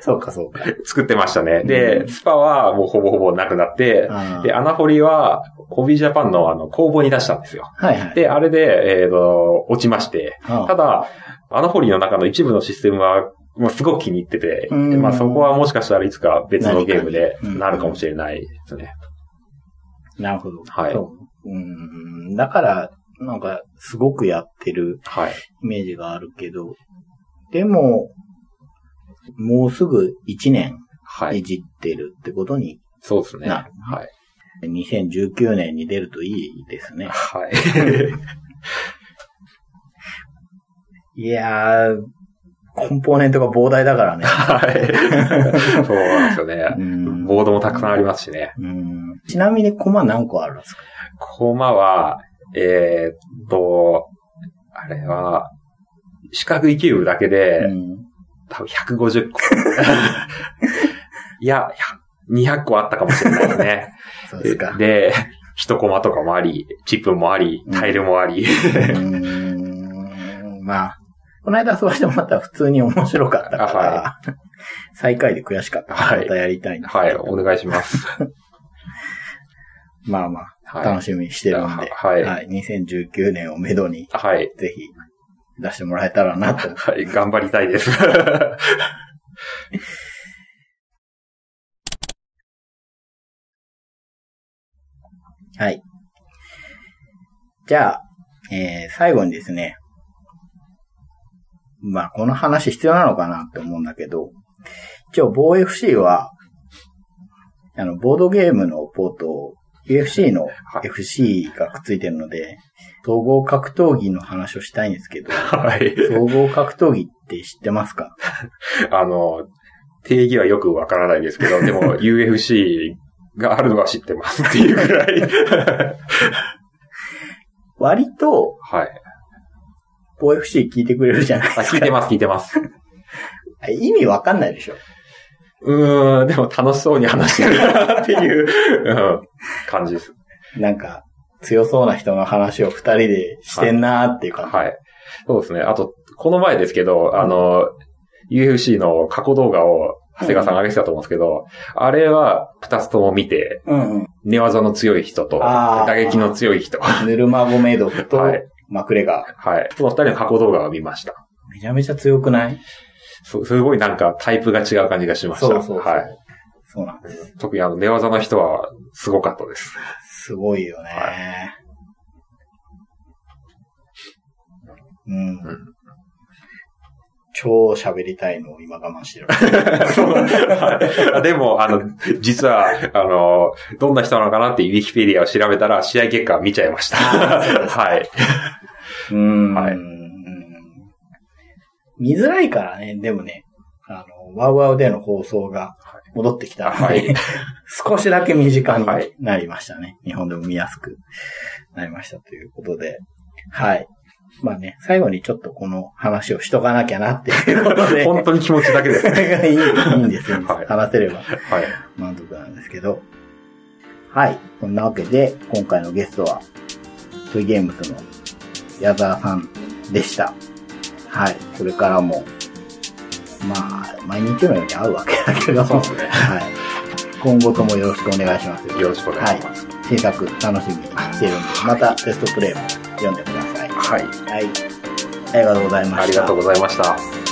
Speaker 1: た。 そうか、そうか。
Speaker 2: 作ってましたね。
Speaker 1: う
Speaker 2: で、
Speaker 1: ん
Speaker 2: スパはもうほぼほぼなくなって、
Speaker 1: あー
Speaker 2: で、穴掘りは、コビージャパンのあの、工房に出したんですよ。
Speaker 1: はいはい。
Speaker 2: で、あれで、えっ、と、落ちまして、
Speaker 1: あ
Speaker 2: ただ、穴掘りの中の一部のシステムは、もうすごく気に入ってて、
Speaker 1: うん
Speaker 2: でまあそこはもしかしたらいつか別のゲームで
Speaker 1: 何かにうん
Speaker 2: なるかもしれないですね。
Speaker 1: なるほど。
Speaker 2: はい
Speaker 1: そう。うん。だから、なんか、すごくやってる
Speaker 2: はい。
Speaker 1: イメージがあるけど、でも、もうすぐ1年
Speaker 2: はいい。
Speaker 1: じってるってことに、
Speaker 2: そうですね。
Speaker 1: な
Speaker 2: は
Speaker 1: る2019年に出るといいです
Speaker 2: い。
Speaker 1: ね。
Speaker 2: はい。
Speaker 1: いやー、コンポーネントが膨大だから ね。
Speaker 2: はい。そうなんですよね。
Speaker 1: うん
Speaker 2: ボードもたくさんありますしね。
Speaker 1: うんちなみにコマ何個あるんですか
Speaker 2: コマは、えーっと、あれは、四角いキューブだけで、
Speaker 1: うん
Speaker 2: 多分150個。 いや、200個あったかもしれないですね。
Speaker 1: そうですか。
Speaker 2: で、一コマとかもあり、チップもあり
Speaker 1: う、ん
Speaker 2: タイルもあり。
Speaker 1: うーんまあ、この間遊ばせてもらったら普通に面白かったから、
Speaker 2: は
Speaker 1: 最下位で悔しかったから、
Speaker 2: は
Speaker 1: ま
Speaker 2: い
Speaker 1: たやりたいな。
Speaker 2: はい、お願いします。
Speaker 1: まあまあ、
Speaker 2: は
Speaker 1: 楽
Speaker 2: い。
Speaker 1: しみにしてるんで、
Speaker 2: はい
Speaker 1: はい、2019年をめどに、
Speaker 2: はい。
Speaker 1: ぜひ出してもらえたらなと。
Speaker 2: はい、頑張りたいです。
Speaker 1: はい。じゃあ、えー最後にですね、まあ、この話必要なのかなって思うんだけど、一応、防 FC は、あの、ボードゲームのポート、UFC の
Speaker 2: はい
Speaker 1: FC がくっついてるので、統合格闘技の話をしたいんですけど、
Speaker 2: はい。
Speaker 1: 総合格闘技って知ってますか
Speaker 2: あの、定義はよくわからないですけど、でも UFC があるのは知ってますっていうぐ らい。
Speaker 1: 割と、
Speaker 2: はい。
Speaker 1: 防 FC 聞いてくれるじゃない
Speaker 2: あ
Speaker 1: です
Speaker 2: 聞い
Speaker 1: か
Speaker 2: て。ます、聞いてます。
Speaker 1: 意味わかんないでしょ
Speaker 2: うーん、でも楽しそうに話してるなっ ていう、うん、感じです。
Speaker 1: なんか、強そうな人の話を二人でしてんなーっていう感じ。
Speaker 2: はい。そうですね。あと、この前ですけど、あの、UFC の過去動画を長谷川さんが上げてたと思うんですけど、あれは二つとも見て、
Speaker 1: うんうん。
Speaker 2: 寝技の強い人と、
Speaker 1: あー
Speaker 2: 打撃の強い人。は
Speaker 1: ヌルマゴメドフと
Speaker 2: はい
Speaker 1: マクレガー。
Speaker 2: い。その二人の過去動画を見ました。
Speaker 1: めちゃめちゃ強くない
Speaker 2: すすごいなんかタイプが違う感じがしました。
Speaker 1: そうそうそう。
Speaker 2: はい。
Speaker 1: そうなんです。
Speaker 2: 特にあの、寝技の人はすごかったです。
Speaker 1: すごいよね、
Speaker 2: は
Speaker 1: うん。
Speaker 2: ん
Speaker 1: 超喋りたいのを今我慢してる。
Speaker 2: はい でも、あの、実は、あの、どんな人なのかなってウィキペディアを調べたら、試合結果見ちゃいました。はい。
Speaker 1: うん
Speaker 2: はい
Speaker 1: 見づらいからね、でもね、あの、ワウワウでの放送が戻ってきたので、
Speaker 2: はい
Speaker 1: 少しだけ身近に
Speaker 2: はい
Speaker 1: なりましたね。日本でも見やすくなりましたということで、はい。まあね、最後にちょっとこの話をしとかなきゃなっていうこと で。
Speaker 2: 本当に気持ちだけです。
Speaker 1: それがいいいいんですよ。
Speaker 2: はい
Speaker 1: 話せれば
Speaker 2: はい。
Speaker 1: 満足なんですけど。はい。そんなわけで、今回のゲストは、トイゲームズの矢沢さんでした。はい。これからも、まあ、毎日のように会うわけだけど、
Speaker 2: そうですね
Speaker 1: はい。今後ともよろしくお願いします。
Speaker 2: よろしくお願いします。
Speaker 1: 新作楽しみにしているんで、またベストプレイも読んでください。
Speaker 2: はい。
Speaker 1: はい。ありがとうございました。
Speaker 2: ありがとうございました。